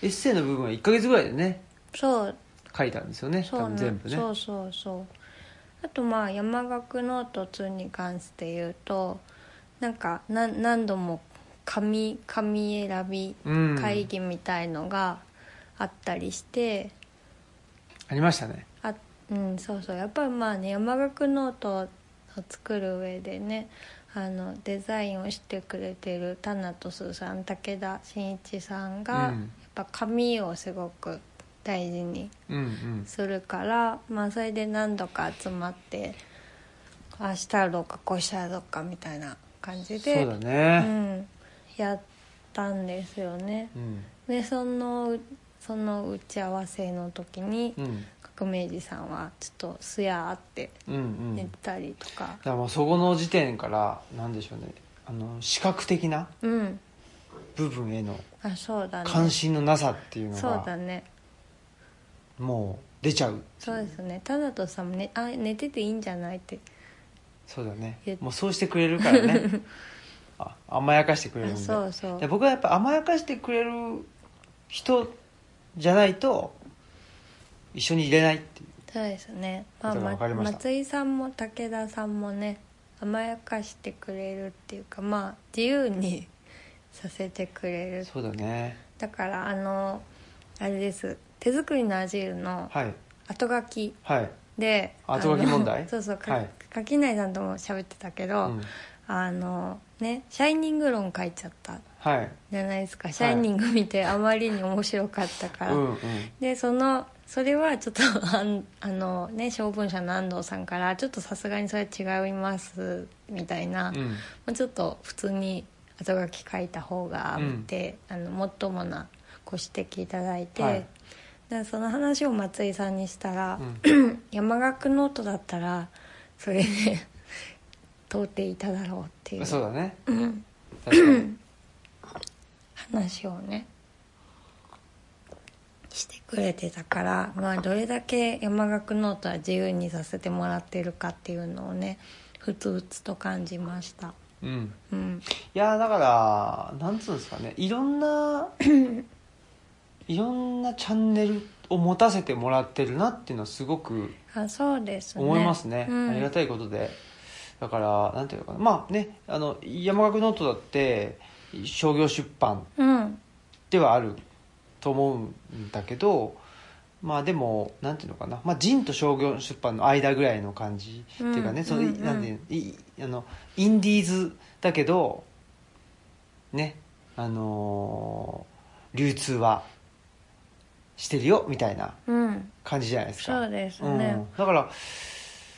Speaker 1: エッセイの部分は1か月ぐらいでね
Speaker 2: そう
Speaker 1: 書いたんですよね
Speaker 2: そ
Speaker 1: 多
Speaker 2: う
Speaker 1: 分
Speaker 2: な
Speaker 1: 全部ね
Speaker 2: そうそうそうあとまあ山岳ノート2に関して言うとなんか何何度も紙紙選び
Speaker 1: うん
Speaker 2: 会議みたいのがあったりして、
Speaker 1: ありましたね
Speaker 2: あうんそうそうやっぱりまあね山岳ノートを作る上でねあのデザインをしてくれてるタナトスさん武田真一さんが、
Speaker 1: うん
Speaker 2: やっぱ紙をすごく大事に
Speaker 1: うんうん
Speaker 2: するから、まあ、それで何度か集まってああしたらどうかこうしたらどうかみたいな感じで
Speaker 1: そうだね
Speaker 2: ん、やったんですよね。
Speaker 1: うん
Speaker 2: でそのその打ち合わせの時に、
Speaker 1: うん
Speaker 2: 革命児さんはちょっとすやーって
Speaker 1: うんうん
Speaker 2: 寝
Speaker 1: だ
Speaker 2: て
Speaker 1: か
Speaker 2: たりとか、
Speaker 1: らもうそこの時点からなんでしょうねあの視覚的な
Speaker 2: うん、
Speaker 1: 部分への
Speaker 2: あそうだね
Speaker 1: 関心のなさっていうの
Speaker 2: そう
Speaker 1: が
Speaker 2: だね
Speaker 1: もう出ちゃう
Speaker 2: そうですねただとさんも、ね「あ寝てていいんじゃない?」って
Speaker 1: そうだね
Speaker 2: 言っ
Speaker 1: もうそうしてくれるからね
Speaker 2: <laughs>
Speaker 1: あ甘やかしてくれるん
Speaker 2: あ
Speaker 1: で
Speaker 2: そうそう
Speaker 1: で僕はやっぱ甘やかしてくれる人じゃないと一緒に入れないっていう
Speaker 2: そうですね、まあ
Speaker 1: ことが分かりました
Speaker 2: 松井さんも武田さんもね甘やかしてくれるっていうかまあ自
Speaker 1: <laughs>
Speaker 2: 由にさせてくれる
Speaker 1: そうだね
Speaker 2: だからあのあれです手作りのアジールの
Speaker 1: はい
Speaker 2: 後書き
Speaker 1: はい、
Speaker 2: で
Speaker 1: 後書き
Speaker 2: あの
Speaker 1: 問題
Speaker 2: そうそうか、
Speaker 1: はい
Speaker 2: 垣内さんとも喋ってたけ
Speaker 1: う
Speaker 2: ど、
Speaker 1: ん、
Speaker 2: あのね「シャイニング論」書いちゃった
Speaker 1: はい
Speaker 2: じゃないですか「シャイニング」見てあまりに面白かったから、
Speaker 1: うんうん
Speaker 2: でそのそれはちょっと <laughs> あんあのね小文社の安藤さんから「ちょっとさすがにそれは違います」みたいな、
Speaker 1: う
Speaker 2: も
Speaker 1: ん
Speaker 2: うちょっと普通に後書き書いた方がって、あのもっともなご指摘いただいて、
Speaker 1: はい
Speaker 2: でその話を松井さんにしたら
Speaker 1: うん、
Speaker 2: 山岳ノートだったらそれで <laughs> 通っていただろうっていう
Speaker 1: そうだね
Speaker 2: うん
Speaker 1: 確かに
Speaker 2: 話をねしてくれてたから、まあ、どれだけ山岳ノートは自由にさせてもらってるかっていうのをねふつふつと感じました
Speaker 1: うん
Speaker 2: うん
Speaker 1: いやーだからなんつうんですかねいろん
Speaker 2: <laughs>
Speaker 1: ないろんなチャンネルを持たせてもらってるなっていうのはすごく
Speaker 2: あそうですね
Speaker 1: 思いますね
Speaker 2: うん、
Speaker 1: ありがたいことでだからなんていうのかなまあねあの山岳ノートだって商業出版
Speaker 2: うん
Speaker 1: ではあると思うんだけどまあでもなんていうのかな、まあ、人と商業出版の間ぐらいの感じ、
Speaker 2: うん
Speaker 1: っていうかねその、
Speaker 2: うんうん
Speaker 1: なんていういあのインディーズだけどねあのー流通はしてるよみたいな
Speaker 2: うん
Speaker 1: 感じじゃないですか
Speaker 2: そうですね
Speaker 1: うん、だから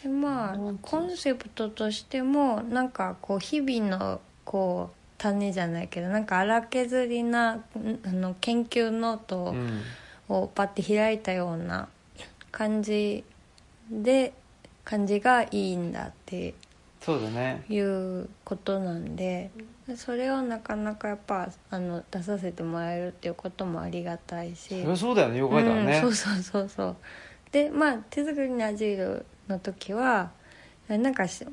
Speaker 2: でまあ
Speaker 1: うん
Speaker 2: コンセプトとしてもなんかこう日々のこう種じゃないけどなんか荒削りなうんあの研究ノートを、
Speaker 1: うん
Speaker 2: をパッて開いたような感じで感じがいいんだって
Speaker 1: そうだね
Speaker 2: いうことなんでそれをなかなかやっぱあの出させてもらえるっていうこともありがたい
Speaker 1: そ
Speaker 2: し
Speaker 1: りゃそうだよねよく書いたらね、
Speaker 2: うん、そうそうそうそうでまあ手作りのアジールの時はなんかし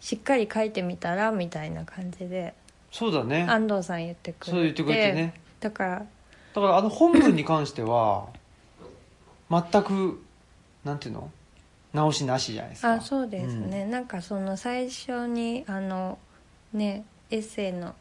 Speaker 2: しっかり書いてみたらみたいな感じで
Speaker 1: そうだね
Speaker 2: 安藤さん言ってくれて
Speaker 1: そう言ってくれてね
Speaker 2: だから
Speaker 1: だからあの本文に関しては全くなんていうの直しなしじゃないですか
Speaker 2: あそうですね、なんかその最初にあのねエッセイの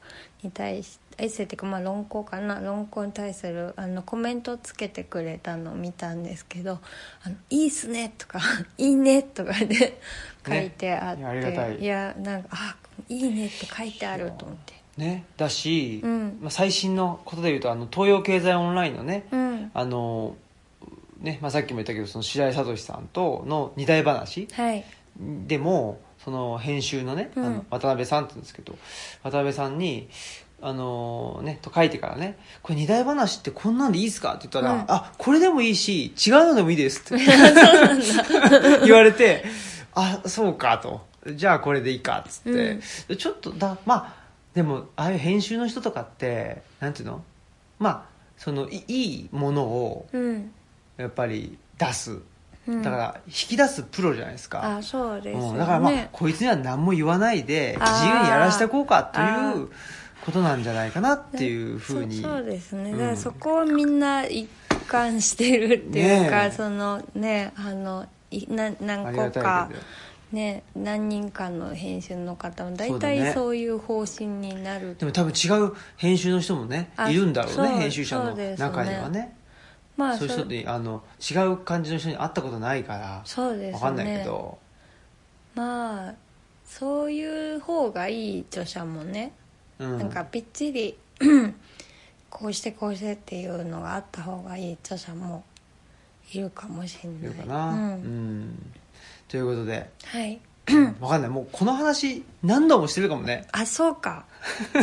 Speaker 2: に対しエッセイっていうかまあ論考かな論考に対するあのコメントをつけてくれたのを見たんですけど「あのいいっすね」とか <laughs> 「いいね」とかで書いてあって、
Speaker 1: いやありがたい
Speaker 2: やなんか「あいいね」って書いてあると思って
Speaker 1: うんねだし、
Speaker 2: うん
Speaker 1: まあ、最新のことでいうとあの東洋経済オンラインのね、
Speaker 2: うん
Speaker 1: あのねまあ、さっきも言ったけどその白井聡さんとの二大話
Speaker 2: はい
Speaker 1: でもその編集のね、
Speaker 2: うん
Speaker 1: あの渡辺さんって言うんですけど渡辺さんに「あのね」と書いてからね「これ二大話ってこんなんでいいですか?」って言ったら「
Speaker 2: うん
Speaker 1: あこれでもいいし違うのでもいいです」って
Speaker 2: <laughs>
Speaker 1: <laughs> 言われて「あそうか」と「じゃあこれでいいか」っつって、
Speaker 2: うん
Speaker 1: でちょっとだまあでもああいう編集の人とかってなんていうのまあそのいいいものを
Speaker 2: うん、
Speaker 1: やっぱり出す
Speaker 2: うん、
Speaker 1: だから引き出すプロじゃないですか、
Speaker 2: あそうです
Speaker 1: う
Speaker 2: よね
Speaker 1: ん、だからまあ、こいつには何も言わないで
Speaker 2: あー
Speaker 1: 自由にやらしてこうかと
Speaker 2: あ
Speaker 1: いう
Speaker 2: ー
Speaker 1: ことなんじゃないかなっていうふうに
Speaker 2: そうそう <laughs> ですね、
Speaker 1: うん
Speaker 2: だからそこをみんな一貫してるっていうか、
Speaker 1: ねえ
Speaker 2: そのねあのいな
Speaker 1: あり
Speaker 2: 何個
Speaker 1: がた
Speaker 2: か
Speaker 1: いけど
Speaker 2: ね何人かの編集の方も
Speaker 1: そ
Speaker 2: 大
Speaker 1: うだね
Speaker 2: 体そういう方針になる、
Speaker 1: でも多分違う編集の人もね
Speaker 2: あ
Speaker 1: いるんだろう
Speaker 2: そう
Speaker 1: ね編集者
Speaker 2: そ
Speaker 1: の
Speaker 2: うです
Speaker 1: 中にはね
Speaker 2: ま
Speaker 1: そう
Speaker 2: あそ
Speaker 1: いう人にあの違う感じの人に会ったことないから
Speaker 2: そうですね
Speaker 1: わかんないけど
Speaker 2: まあそういう方がいい著者もね、
Speaker 1: うん
Speaker 2: なんかびっちり <clears throat> こうしてこうしてっていうのがあった方がいい著者もいるかもしれない
Speaker 1: いるかな
Speaker 2: う
Speaker 1: うんんということで <coughs>
Speaker 2: はい
Speaker 1: わかんないもうこの話何度もしてるかもね
Speaker 2: あそうか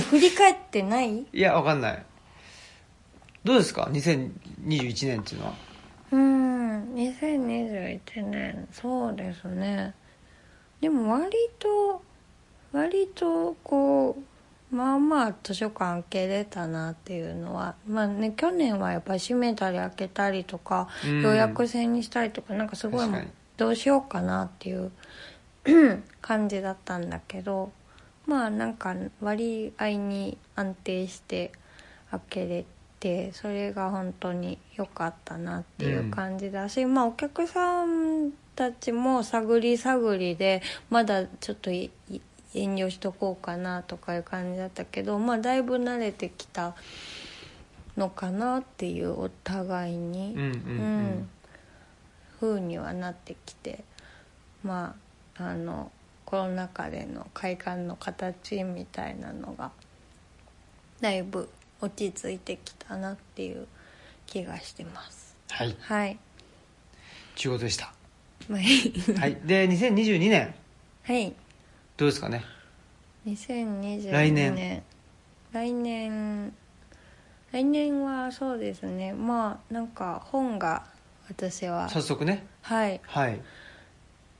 Speaker 2: 振り返ってない
Speaker 1: いやわかんないどうですか2021年っていうのは
Speaker 2: うん2021年そうですねでも割と割とこうまあまあ図書館開けれたなっていうのはまあね去年はやっぱ閉めたり開けたりとか、
Speaker 1: うん
Speaker 2: 予約制にしたりとかなんかすごい
Speaker 1: 確かに
Speaker 2: どうしようかなっていう <coughs> 感じだったんだけどまあなんか割合に安定して開けれてそれが本当に良かったなっていう感じだし、まあお客さんたちも探り探りでまだちょっといい遠慮しとこうかなとかいう感じだったけどまあだいぶ慣れてきたのかなっていうお互いに。
Speaker 1: うんうんうん、
Speaker 2: うん風にはなってきてまああのコロナ禍での会館の形みたいなのがだいぶ落ち着いてきたなっていう気がしてます
Speaker 1: はい
Speaker 2: はい
Speaker 1: 中ことで
Speaker 2: <laughs>
Speaker 1: した、
Speaker 2: まあいい
Speaker 1: はい、で2022年
Speaker 2: はい
Speaker 1: どうですかね
Speaker 2: 2022年
Speaker 1: 来年
Speaker 2: 来年来年はそうですねまあなんか本が私は
Speaker 1: 早速ね
Speaker 2: はい
Speaker 1: はい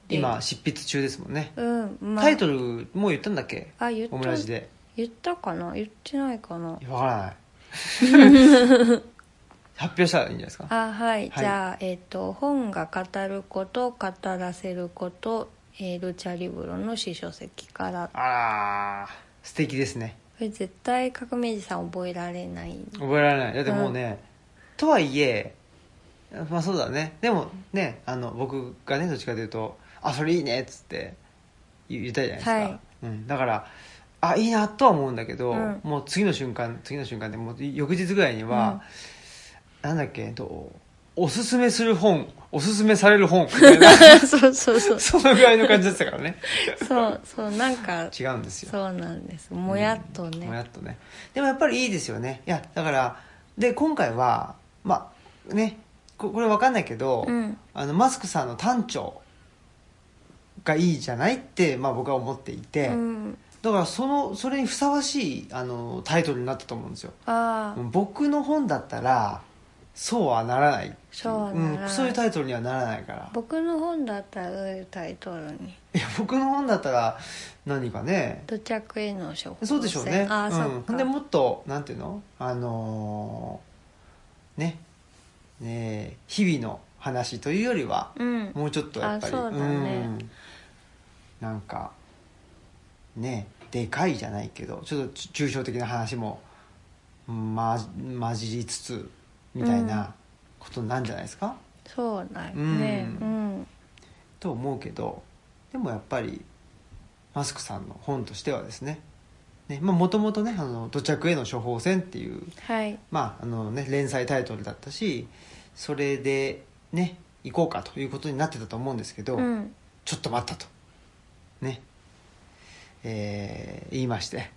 Speaker 2: で
Speaker 1: 今執筆中ですもんね、
Speaker 2: うんまあ
Speaker 1: タイトルもう言ったんだっけ
Speaker 2: あ言っ
Speaker 1: オ
Speaker 2: た
Speaker 1: ムラジで
Speaker 2: 言ったかな言ってないかない
Speaker 1: やわから
Speaker 2: <laughs>
Speaker 1: ない発表したらいいんじゃないですか
Speaker 2: あは
Speaker 1: は
Speaker 2: い、
Speaker 1: い
Speaker 2: じゃあ、えっと「本が語ること語らせること」えールチャリブロの詩書籍からこ
Speaker 1: あらー素敵ですね
Speaker 2: れ絶対革命児さん覚えら
Speaker 1: <laughs>
Speaker 2: れない
Speaker 1: 覚えられないだってもうね、とはいえまあそうだねでもねあの僕がねどっちかというと「あそれいいね」っつって言言ったじゃないですか、
Speaker 2: はい
Speaker 1: うん、だからあいいなとは思うんだけど、
Speaker 2: うん
Speaker 1: もう次の瞬間次の瞬間でもう翌日ぐらいには、なんだっけえっとおすすめする本おすすめされる本みたいな <laughs>
Speaker 2: そうそうそう
Speaker 1: そのぐらいの感じだったからね
Speaker 2: そうそうなんか
Speaker 1: 違うんですよ
Speaker 2: そうなんですもやっとね、
Speaker 1: もやっとねでもやっぱりいいですよねいやだからで今回はまあねここれわかんないけど、
Speaker 2: うん
Speaker 1: あのマスクさんの短調がいいじゃないって、まあ、僕は思っていて、
Speaker 2: うん
Speaker 1: だからそのそれにふさわしいあのタイトルになったと思うんですよ
Speaker 2: ああ
Speaker 1: 僕の本だったらそうはならないってい
Speaker 2: そうはならない
Speaker 1: ん、そういうタイトルにはならないから
Speaker 2: 僕の本だったらどういうタイトルに
Speaker 1: いや僕の本だったら何かね
Speaker 2: 土着への処方箋
Speaker 1: そうでしょうね
Speaker 2: ああ、
Speaker 1: うん
Speaker 2: そっ
Speaker 1: ほ
Speaker 2: か
Speaker 1: んでもっとなんていうのあのーねねえ日々の話というよりは
Speaker 2: うん
Speaker 1: もうちょっとやっぱり
Speaker 2: あそうだね
Speaker 1: んなんかねでかいじゃないけどちょっと抽象的な話もま混じりつつみたいなことなんじゃないですか、
Speaker 2: そうだよね
Speaker 1: う
Speaker 2: うんん、
Speaker 1: と思うけどでもやっぱりマスクさんの本としてはですねもともとね「あの土着への処方箋」っていう、
Speaker 2: はい
Speaker 1: まああのね、連載タイトルだったしそれでね行こうかということになってたと思うんですけど、
Speaker 2: うん
Speaker 1: ちょっと待ったとねえー言いまして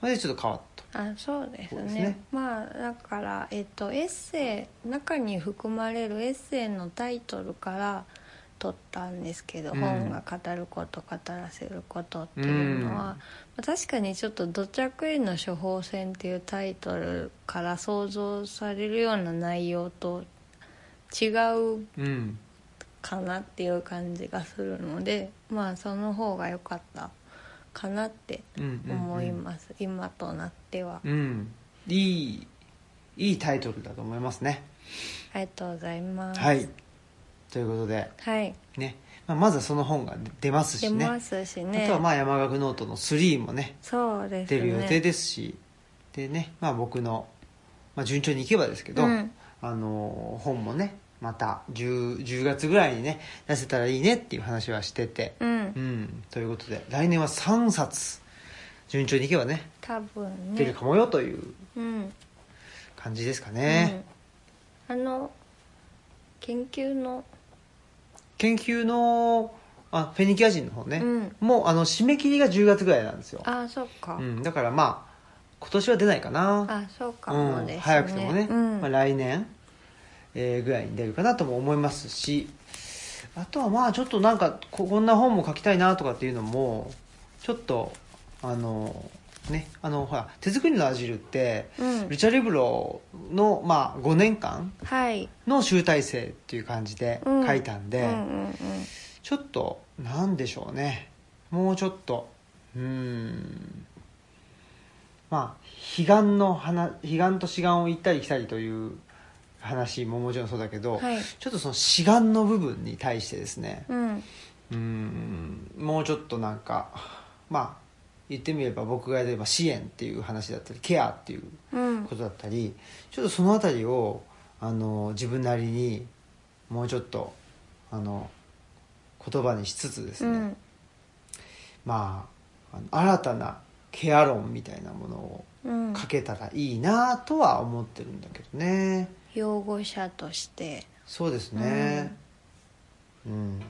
Speaker 1: それでちょっと変わった
Speaker 2: あそうです
Speaker 1: そう
Speaker 2: ね
Speaker 1: ですね
Speaker 2: まあだから、えっと、エッセイ中に含まれるエッセイのタイトルから取ったんですけど、
Speaker 1: うん
Speaker 2: 本が語ること語らせることっていうのは、
Speaker 1: うん
Speaker 2: まあ確かにちょっと「土着への処方箋」っていうタイトルから想像されるような内容と違う
Speaker 1: とうん
Speaker 2: かなっていう感じがするのでまあその方が良かったかなって
Speaker 1: うんうんうん
Speaker 2: 思います、今となっては。
Speaker 1: うんいいいいタイトルだと思いますね
Speaker 2: ありがとうございます。
Speaker 1: はい。ということで、
Speaker 2: はい。
Speaker 1: ねまあ、まずはその本が出ますし
Speaker 2: 出
Speaker 1: ね
Speaker 2: ますしね。
Speaker 1: あとはまあ山岳ノートの3もね
Speaker 2: そうですね。
Speaker 1: 出る予定ですしでね、まあ、僕の、まあ、順調にいけばですけど、
Speaker 2: うん
Speaker 1: あのー本もねまた 10, 10月ぐらいにね出せたらいいねっていう話はしてて、
Speaker 2: う。
Speaker 1: うんん、ということで来年は3冊順調にいけばね
Speaker 2: 多分
Speaker 1: 出る
Speaker 2: ね。
Speaker 1: かもよという
Speaker 2: うん。
Speaker 1: 感じですかね、
Speaker 2: うん。あの研究の
Speaker 1: 研究のあフェニキア人の方ね、
Speaker 2: うん
Speaker 1: もうあの締め切りが10月ぐらいなんですよ、
Speaker 2: あそっか
Speaker 1: う。ん、だからまあ今年は出ないかな
Speaker 2: あそうか
Speaker 1: う
Speaker 2: もですね。
Speaker 1: ん、早くてもね、
Speaker 2: うん
Speaker 1: まあ、来年、えーぐらいに出るかなとも思いますしあとはまあちょっとなんかここんな本も書きたいなとかっていうのもちょっとあのねあのほら手作りのアジルって、
Speaker 2: うん
Speaker 1: ルチャリブロの、まあ、5年間
Speaker 2: はい。
Speaker 1: の集大成っていう感じで書いたんで、
Speaker 2: うんうん
Speaker 1: ちょっとなんでしょうねもうちょっとうーんまあ彼岸の話彼岸と志願を行ったり来たりという話ももちろんそうだけ
Speaker 2: う
Speaker 1: ど、
Speaker 2: ん。はい。
Speaker 1: ちょっとその志願の部分に対してですね
Speaker 2: うん。
Speaker 1: うーんもうちょっとなんかまあ言ってみれば僕が例えば支援っていう話だったりケアっていう
Speaker 2: うん
Speaker 1: こ。とだったりちょっとその辺りをあの自分なりにもうちょっとあの言葉にしつつです
Speaker 2: う
Speaker 1: ね、
Speaker 2: ん。
Speaker 1: まああの新たなケア論みたいなものを
Speaker 2: うん。
Speaker 1: かけたらいいなとは思ってるんだけどね
Speaker 2: 擁護者として。
Speaker 1: そうですねうん、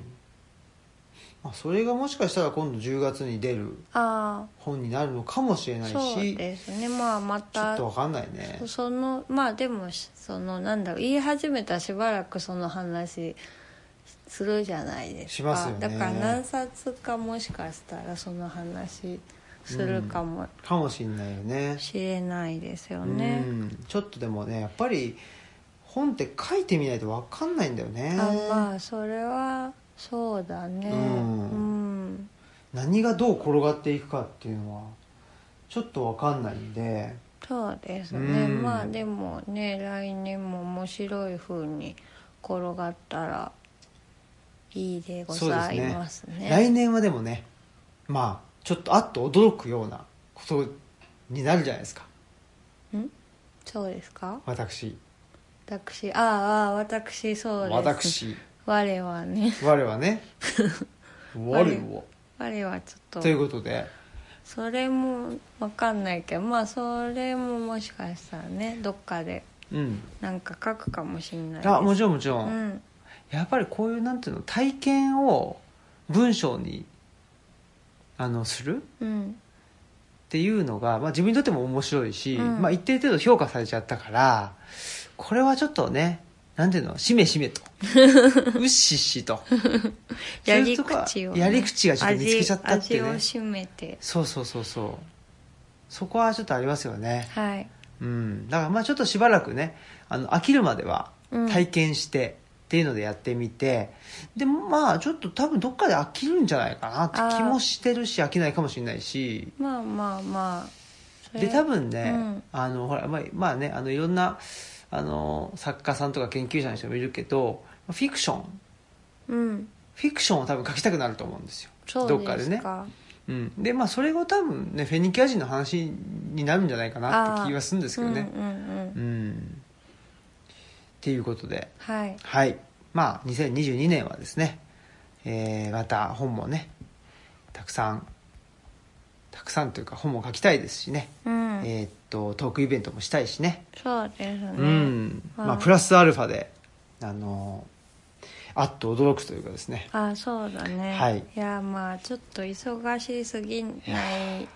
Speaker 1: まあ、それがもしかしたら今度10月に出る
Speaker 2: あ
Speaker 1: 本になるのかもしれ
Speaker 2: あ。
Speaker 1: ない
Speaker 2: そう
Speaker 1: し
Speaker 2: ですね。まあま
Speaker 1: ちょ
Speaker 2: た
Speaker 1: っとわかんないね
Speaker 2: そのまあでもそのなんだろう言い始めたらしばらくその話するじゃないで
Speaker 1: し
Speaker 2: すか
Speaker 1: ますよね
Speaker 2: だから何冊かもしかしたらその話するかも
Speaker 1: かもしれないよね
Speaker 2: しれないですよね
Speaker 1: う、んちょっとでもねやっぱり本って書いてみないと分かんないんだよね
Speaker 2: あまあそれはそうだね
Speaker 1: う
Speaker 2: うんん、
Speaker 1: 何がどう転がっていくかっていうのはちょっと分かんないんで
Speaker 2: そうですね、
Speaker 1: うん
Speaker 2: まあでもね来年も面白い風に転がったらいいでございますね
Speaker 1: 来年はでもねまあちょっとあっと驚くようなことになるじゃないですか
Speaker 2: んそうですか
Speaker 1: 私
Speaker 2: 私ああ私そうです
Speaker 1: 私
Speaker 2: 我はね
Speaker 1: 我は
Speaker 2: <laughs>
Speaker 1: ね我は
Speaker 2: 我はちょっ
Speaker 1: という
Speaker 2: と
Speaker 1: ことで
Speaker 2: それもわかんないけどまあそれももしかしたらねどっかで
Speaker 1: うん
Speaker 2: なんか書くかもしれないです
Speaker 1: あもちろんもちろ、
Speaker 2: うんん
Speaker 1: やっぱりこういうなんていうの体験を文章にあのする
Speaker 2: うん
Speaker 1: っていうのが、まあ、自分にとっても面白いし、
Speaker 2: うん
Speaker 1: まあ、一定程度評価されちゃったからこれはちょっとねなんていうのしめしめ
Speaker 2: <laughs>
Speaker 1: とうっしっしと
Speaker 2: やり口をね、
Speaker 1: やり口がちょっと見つけちゃったって
Speaker 2: 味
Speaker 1: ね
Speaker 2: 味を占めて
Speaker 1: そうそうそうそうそこはちょっとありますよね
Speaker 2: はい
Speaker 1: うん、だからまあちょっとしばらくねあの飽きるまでは
Speaker 2: うん
Speaker 1: 体験して、っていうのでやってみてでもまあちょっと多分どっかで飽きるんじゃないかなって気もしてるし飽きないかもしれないし
Speaker 2: まあまあまあそれ
Speaker 1: で多分ね、
Speaker 2: うん
Speaker 1: あのほらまあ、まあねあのいろんなあの作家さんとか研究者の人もいるけどフィクション
Speaker 2: うん
Speaker 1: フィクションを多分書きたくなると思うんですよ
Speaker 2: そう
Speaker 1: どっか
Speaker 2: で
Speaker 1: ですね
Speaker 2: か
Speaker 1: うん、でまあそれが多分ねフェニキア人の話になるんじゃないかなって気はするんですけどね
Speaker 2: うんうんうん
Speaker 1: うん、っていうことで
Speaker 2: はい
Speaker 1: はいまあ2022年はですね、えーまた本もねたくさんたくさんというか本も書きたいですしね、
Speaker 2: うん、
Speaker 1: えーっとトークイベントもしたいしね
Speaker 2: そうですね、
Speaker 1: うん、
Speaker 2: はい
Speaker 1: まあ、プラスアルファであのあっと驚くというかですね
Speaker 2: あそうだね、
Speaker 1: はい
Speaker 2: やまあちょっと忙しすぎない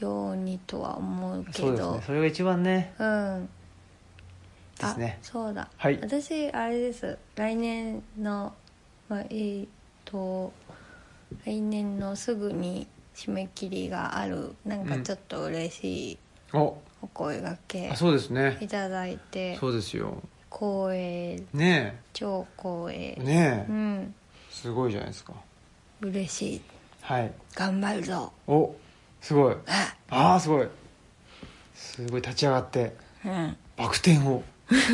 Speaker 2: ようにとは思うけ
Speaker 1: そうです
Speaker 2: ど
Speaker 1: ねそれが一番ね
Speaker 2: うん
Speaker 1: ですね
Speaker 2: あそうだ、
Speaker 1: はい
Speaker 2: 私あれです来年のまあえーっと来年のすぐに締め切りがあるなんかちょっと嬉しい
Speaker 1: お
Speaker 2: お声がけ
Speaker 1: あそうですね
Speaker 2: いただいて、
Speaker 1: そうですよ
Speaker 2: 光栄
Speaker 1: ね
Speaker 2: 超光栄、
Speaker 1: えね
Speaker 2: う
Speaker 1: え
Speaker 2: ん
Speaker 1: すごいじゃないですか
Speaker 2: 嬉しい
Speaker 1: はい
Speaker 2: 頑張るぞ
Speaker 1: おすごい
Speaker 2: あ
Speaker 1: ああすごいすごい立ち上がって
Speaker 2: うん
Speaker 1: バク転を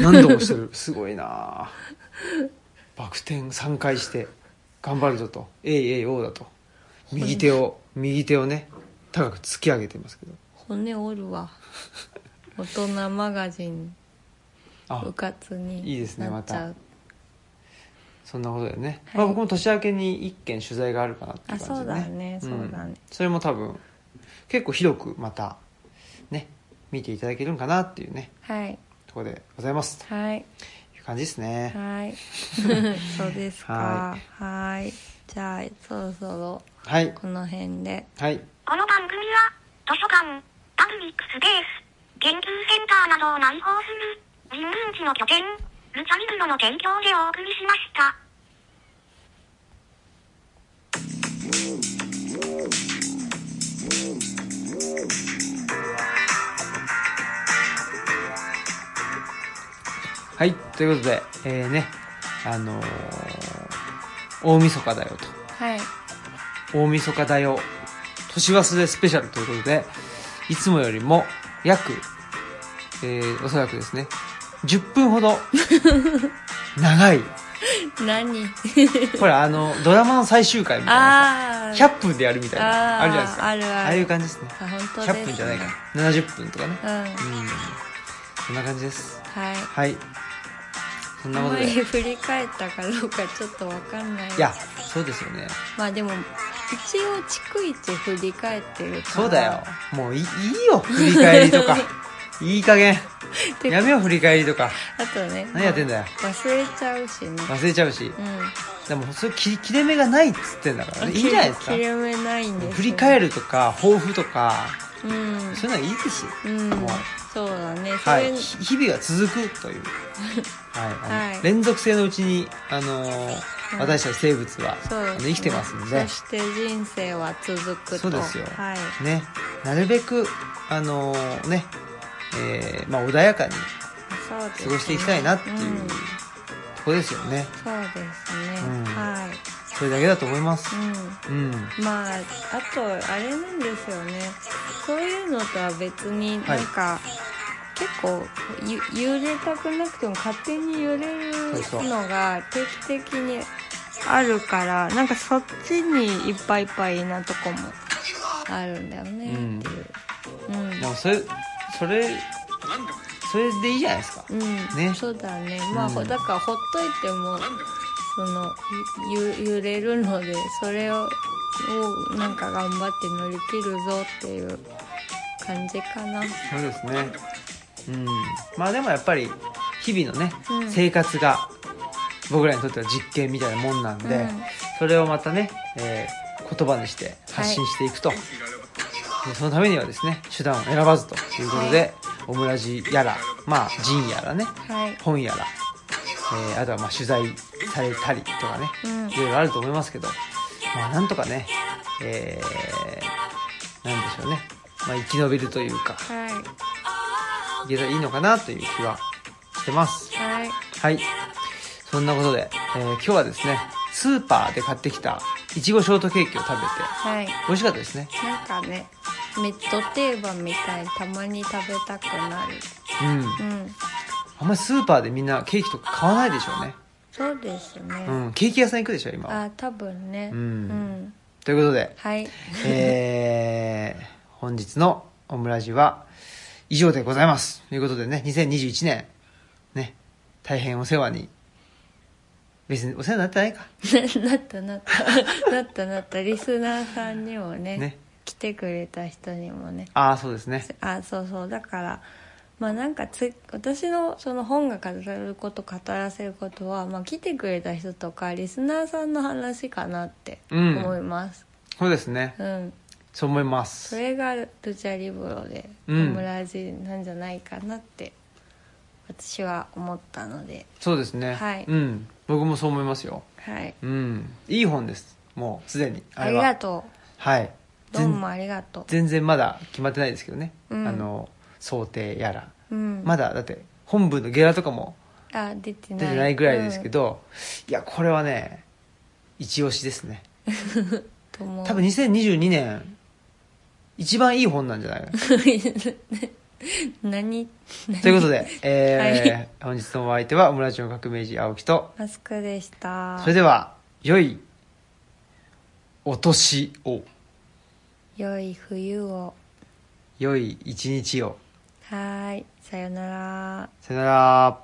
Speaker 1: 何度もしてる <laughs> すごいなあバク転3回して頑張るぞと AAO だと右手を右手をね高く突き上げてますけど
Speaker 2: 骨折
Speaker 1: <laughs>
Speaker 2: るわ大人マガジン
Speaker 1: あ
Speaker 2: 部活に
Speaker 1: いいですね
Speaker 2: なっちゃう
Speaker 1: そんなことだよね、
Speaker 2: はい
Speaker 1: まあ、僕も年明けに1件取材があるかなっていう感じで、ね、
Speaker 2: あそうだねそうだね
Speaker 1: それも多分結構広くまたね見ていただけるんかなっていうね
Speaker 2: はい
Speaker 1: ところでございますと
Speaker 2: はい
Speaker 1: いう感じですね
Speaker 2: はい <laughs> そうですかはいじゃあそろそろ
Speaker 1: はい
Speaker 2: この辺で
Speaker 1: はい
Speaker 3: この番組は、図書館、パブリックスペース、研究センターなどを内包する、人文地の拠点、ルチャリブロの提供でお送りしました。
Speaker 1: はいということでえー、ねあのー大晦日だよ
Speaker 2: はい
Speaker 1: と大晦日だよ年忘れスペシャルということでいつもよりも約えー、おそらくですね10分ほ
Speaker 2: <laughs>
Speaker 1: ど長い <laughs>
Speaker 2: 何
Speaker 1: ほらあのドラマの最終回みたいな
Speaker 2: ああ
Speaker 1: さ100分でやるみたい
Speaker 2: あ
Speaker 1: な
Speaker 2: ー
Speaker 1: あるじゃないですか
Speaker 2: あるある
Speaker 1: あいう感じですね
Speaker 2: あ本当ですね
Speaker 1: 100分じゃないかな70分とかね
Speaker 2: うん
Speaker 1: うんそんな感じです
Speaker 2: はい
Speaker 1: はいそん
Speaker 2: あ
Speaker 1: なんこと
Speaker 2: ま
Speaker 1: で
Speaker 2: り
Speaker 1: い
Speaker 2: 振り返ったかどうかちょっとわかんない
Speaker 1: やそうですよね
Speaker 2: まあでも一応逐一振り返ってるから
Speaker 1: そうだよもういいいよ振り返りと
Speaker 2: <laughs>
Speaker 1: かいい加減
Speaker 2: てか
Speaker 1: やめよう振り返りとか
Speaker 2: あとね
Speaker 1: 何やってんだよ
Speaker 2: 忘れちゃうしね
Speaker 1: 忘れちゃうし
Speaker 2: う
Speaker 1: でもそれ切り切れ目がないっつってんだから
Speaker 2: ん
Speaker 1: ねいいじゃないですか
Speaker 2: 切れ目ないんですよ
Speaker 1: 振り返るとか抱負とか
Speaker 2: うん
Speaker 1: そういうのはいいですよ
Speaker 2: うん
Speaker 1: もう
Speaker 2: そうだねそ
Speaker 1: は
Speaker 2: れ
Speaker 1: い、ひ日々が続くという、はいあの
Speaker 2: はい
Speaker 1: 連続性のうちに、あのー
Speaker 2: い
Speaker 1: 私たち生物は、
Speaker 2: そう
Speaker 1: あの生きてますんで、
Speaker 2: そして人生は続くと
Speaker 1: そうですよ
Speaker 2: はい
Speaker 1: ね、なるべく、あのーねえーまあ、穏やかに
Speaker 2: そうですね
Speaker 1: 過ごしていきたいなっていうんところですよね、
Speaker 2: そうですね、
Speaker 1: うん
Speaker 2: は
Speaker 1: それだけだと思います、
Speaker 2: いうん
Speaker 1: うん
Speaker 2: まああとあれなんですよねそういうのとは別に
Speaker 1: はい
Speaker 2: なんか、結構ゆ揺れたくなくても勝手に揺れる
Speaker 1: そうそう
Speaker 2: のが定期的にあるからなんかそっちにいっぱいいっぱいなとこもあるんだよねっていううん
Speaker 1: でもそれそれそれでいいじゃないですか、
Speaker 2: うん、
Speaker 1: ね
Speaker 2: そうだねまあ、
Speaker 1: うん
Speaker 2: だからほっといてもそのゆゆ揺れるのでそれををなんか頑張って乗り切るぞっていう感じかな
Speaker 1: そうですねうんまあでもやっぱり日々のね、
Speaker 2: うん
Speaker 1: 生活が僕らにとっては実験みたいなもんなんで、
Speaker 2: うん
Speaker 1: それをまたね、えー言葉にして発信していくと、でそのためにはですね手段を選ばずということで、
Speaker 2: はい
Speaker 1: オムラジやらまあ陣やらね
Speaker 2: はい
Speaker 1: 本やら、えーあとはまあ取材されたりとかね、
Speaker 2: うん
Speaker 1: いろいろあると思いますけどまあなんとかねえー、なんでしょうね、まあ、生き延びるというか
Speaker 2: はい
Speaker 1: いけたらいいのかなという気はしてます。
Speaker 2: はい
Speaker 1: はい。そんなことで、えー今日はですね、スーパーで買ってきたいちごショートケーキを食べて、
Speaker 2: はい
Speaker 1: 美味しかったですね。
Speaker 2: なんかねミッド定番みたいたまに食べたくなる
Speaker 1: うん。
Speaker 2: うん
Speaker 1: あんまりスーパーでみんなケーキとか買わないでしょうね。
Speaker 2: そうですね、
Speaker 1: うん。ケーキ屋さん行くでしょ、今は。
Speaker 2: あ多分ね
Speaker 1: うん
Speaker 2: うん、
Speaker 1: ということで、
Speaker 2: はい
Speaker 1: <laughs> えー、本日のオムラジは以上でございます。ということでね、2021年、ね、大変お世話に、別にお世話になってないか。
Speaker 2: <laughs> ななったなったなったなったリスナーさんにもね
Speaker 1: ね
Speaker 2: 来てくれた人にもね
Speaker 1: ああ、そうですね。
Speaker 2: あそうそうだからまあなんかつ私のその本が語ること語らせることは、まあ、来てくれた人とかリスナーさんの話かなって
Speaker 1: うん
Speaker 2: 思います、
Speaker 1: そうですね。
Speaker 2: うん
Speaker 1: そう思いま
Speaker 2: そ
Speaker 1: す。
Speaker 2: れがルチャリブロでオ
Speaker 1: うん
Speaker 2: ムラジなんじゃないかなって私は思ったので
Speaker 1: そうですね。
Speaker 2: はい
Speaker 1: うん。僕もそう思いますよ。
Speaker 2: はい
Speaker 1: うん。いい本です。もう、すでに。
Speaker 2: ありが
Speaker 1: う。
Speaker 2: と
Speaker 1: はい。
Speaker 2: うどうもありがとう
Speaker 1: 全然まだ決まってないですけどね、
Speaker 2: うん
Speaker 1: あの想定やら、
Speaker 2: うん
Speaker 1: まだだって本部のゲラとかも
Speaker 2: あ出てな
Speaker 1: 出
Speaker 2: い
Speaker 1: てないぐらいですけ、ど、いやこれはね一押しですね
Speaker 2: うんと思う
Speaker 1: 多分2022年一番いい本なんじゃないか
Speaker 2: <laughs> 何
Speaker 1: ということで、えー本日のお相手はオムラジオの革命児青木と
Speaker 2: マスクでした
Speaker 1: それでは良いお年を
Speaker 2: 良い冬を
Speaker 1: 良い一日を
Speaker 2: はーいさよなら
Speaker 1: さよなら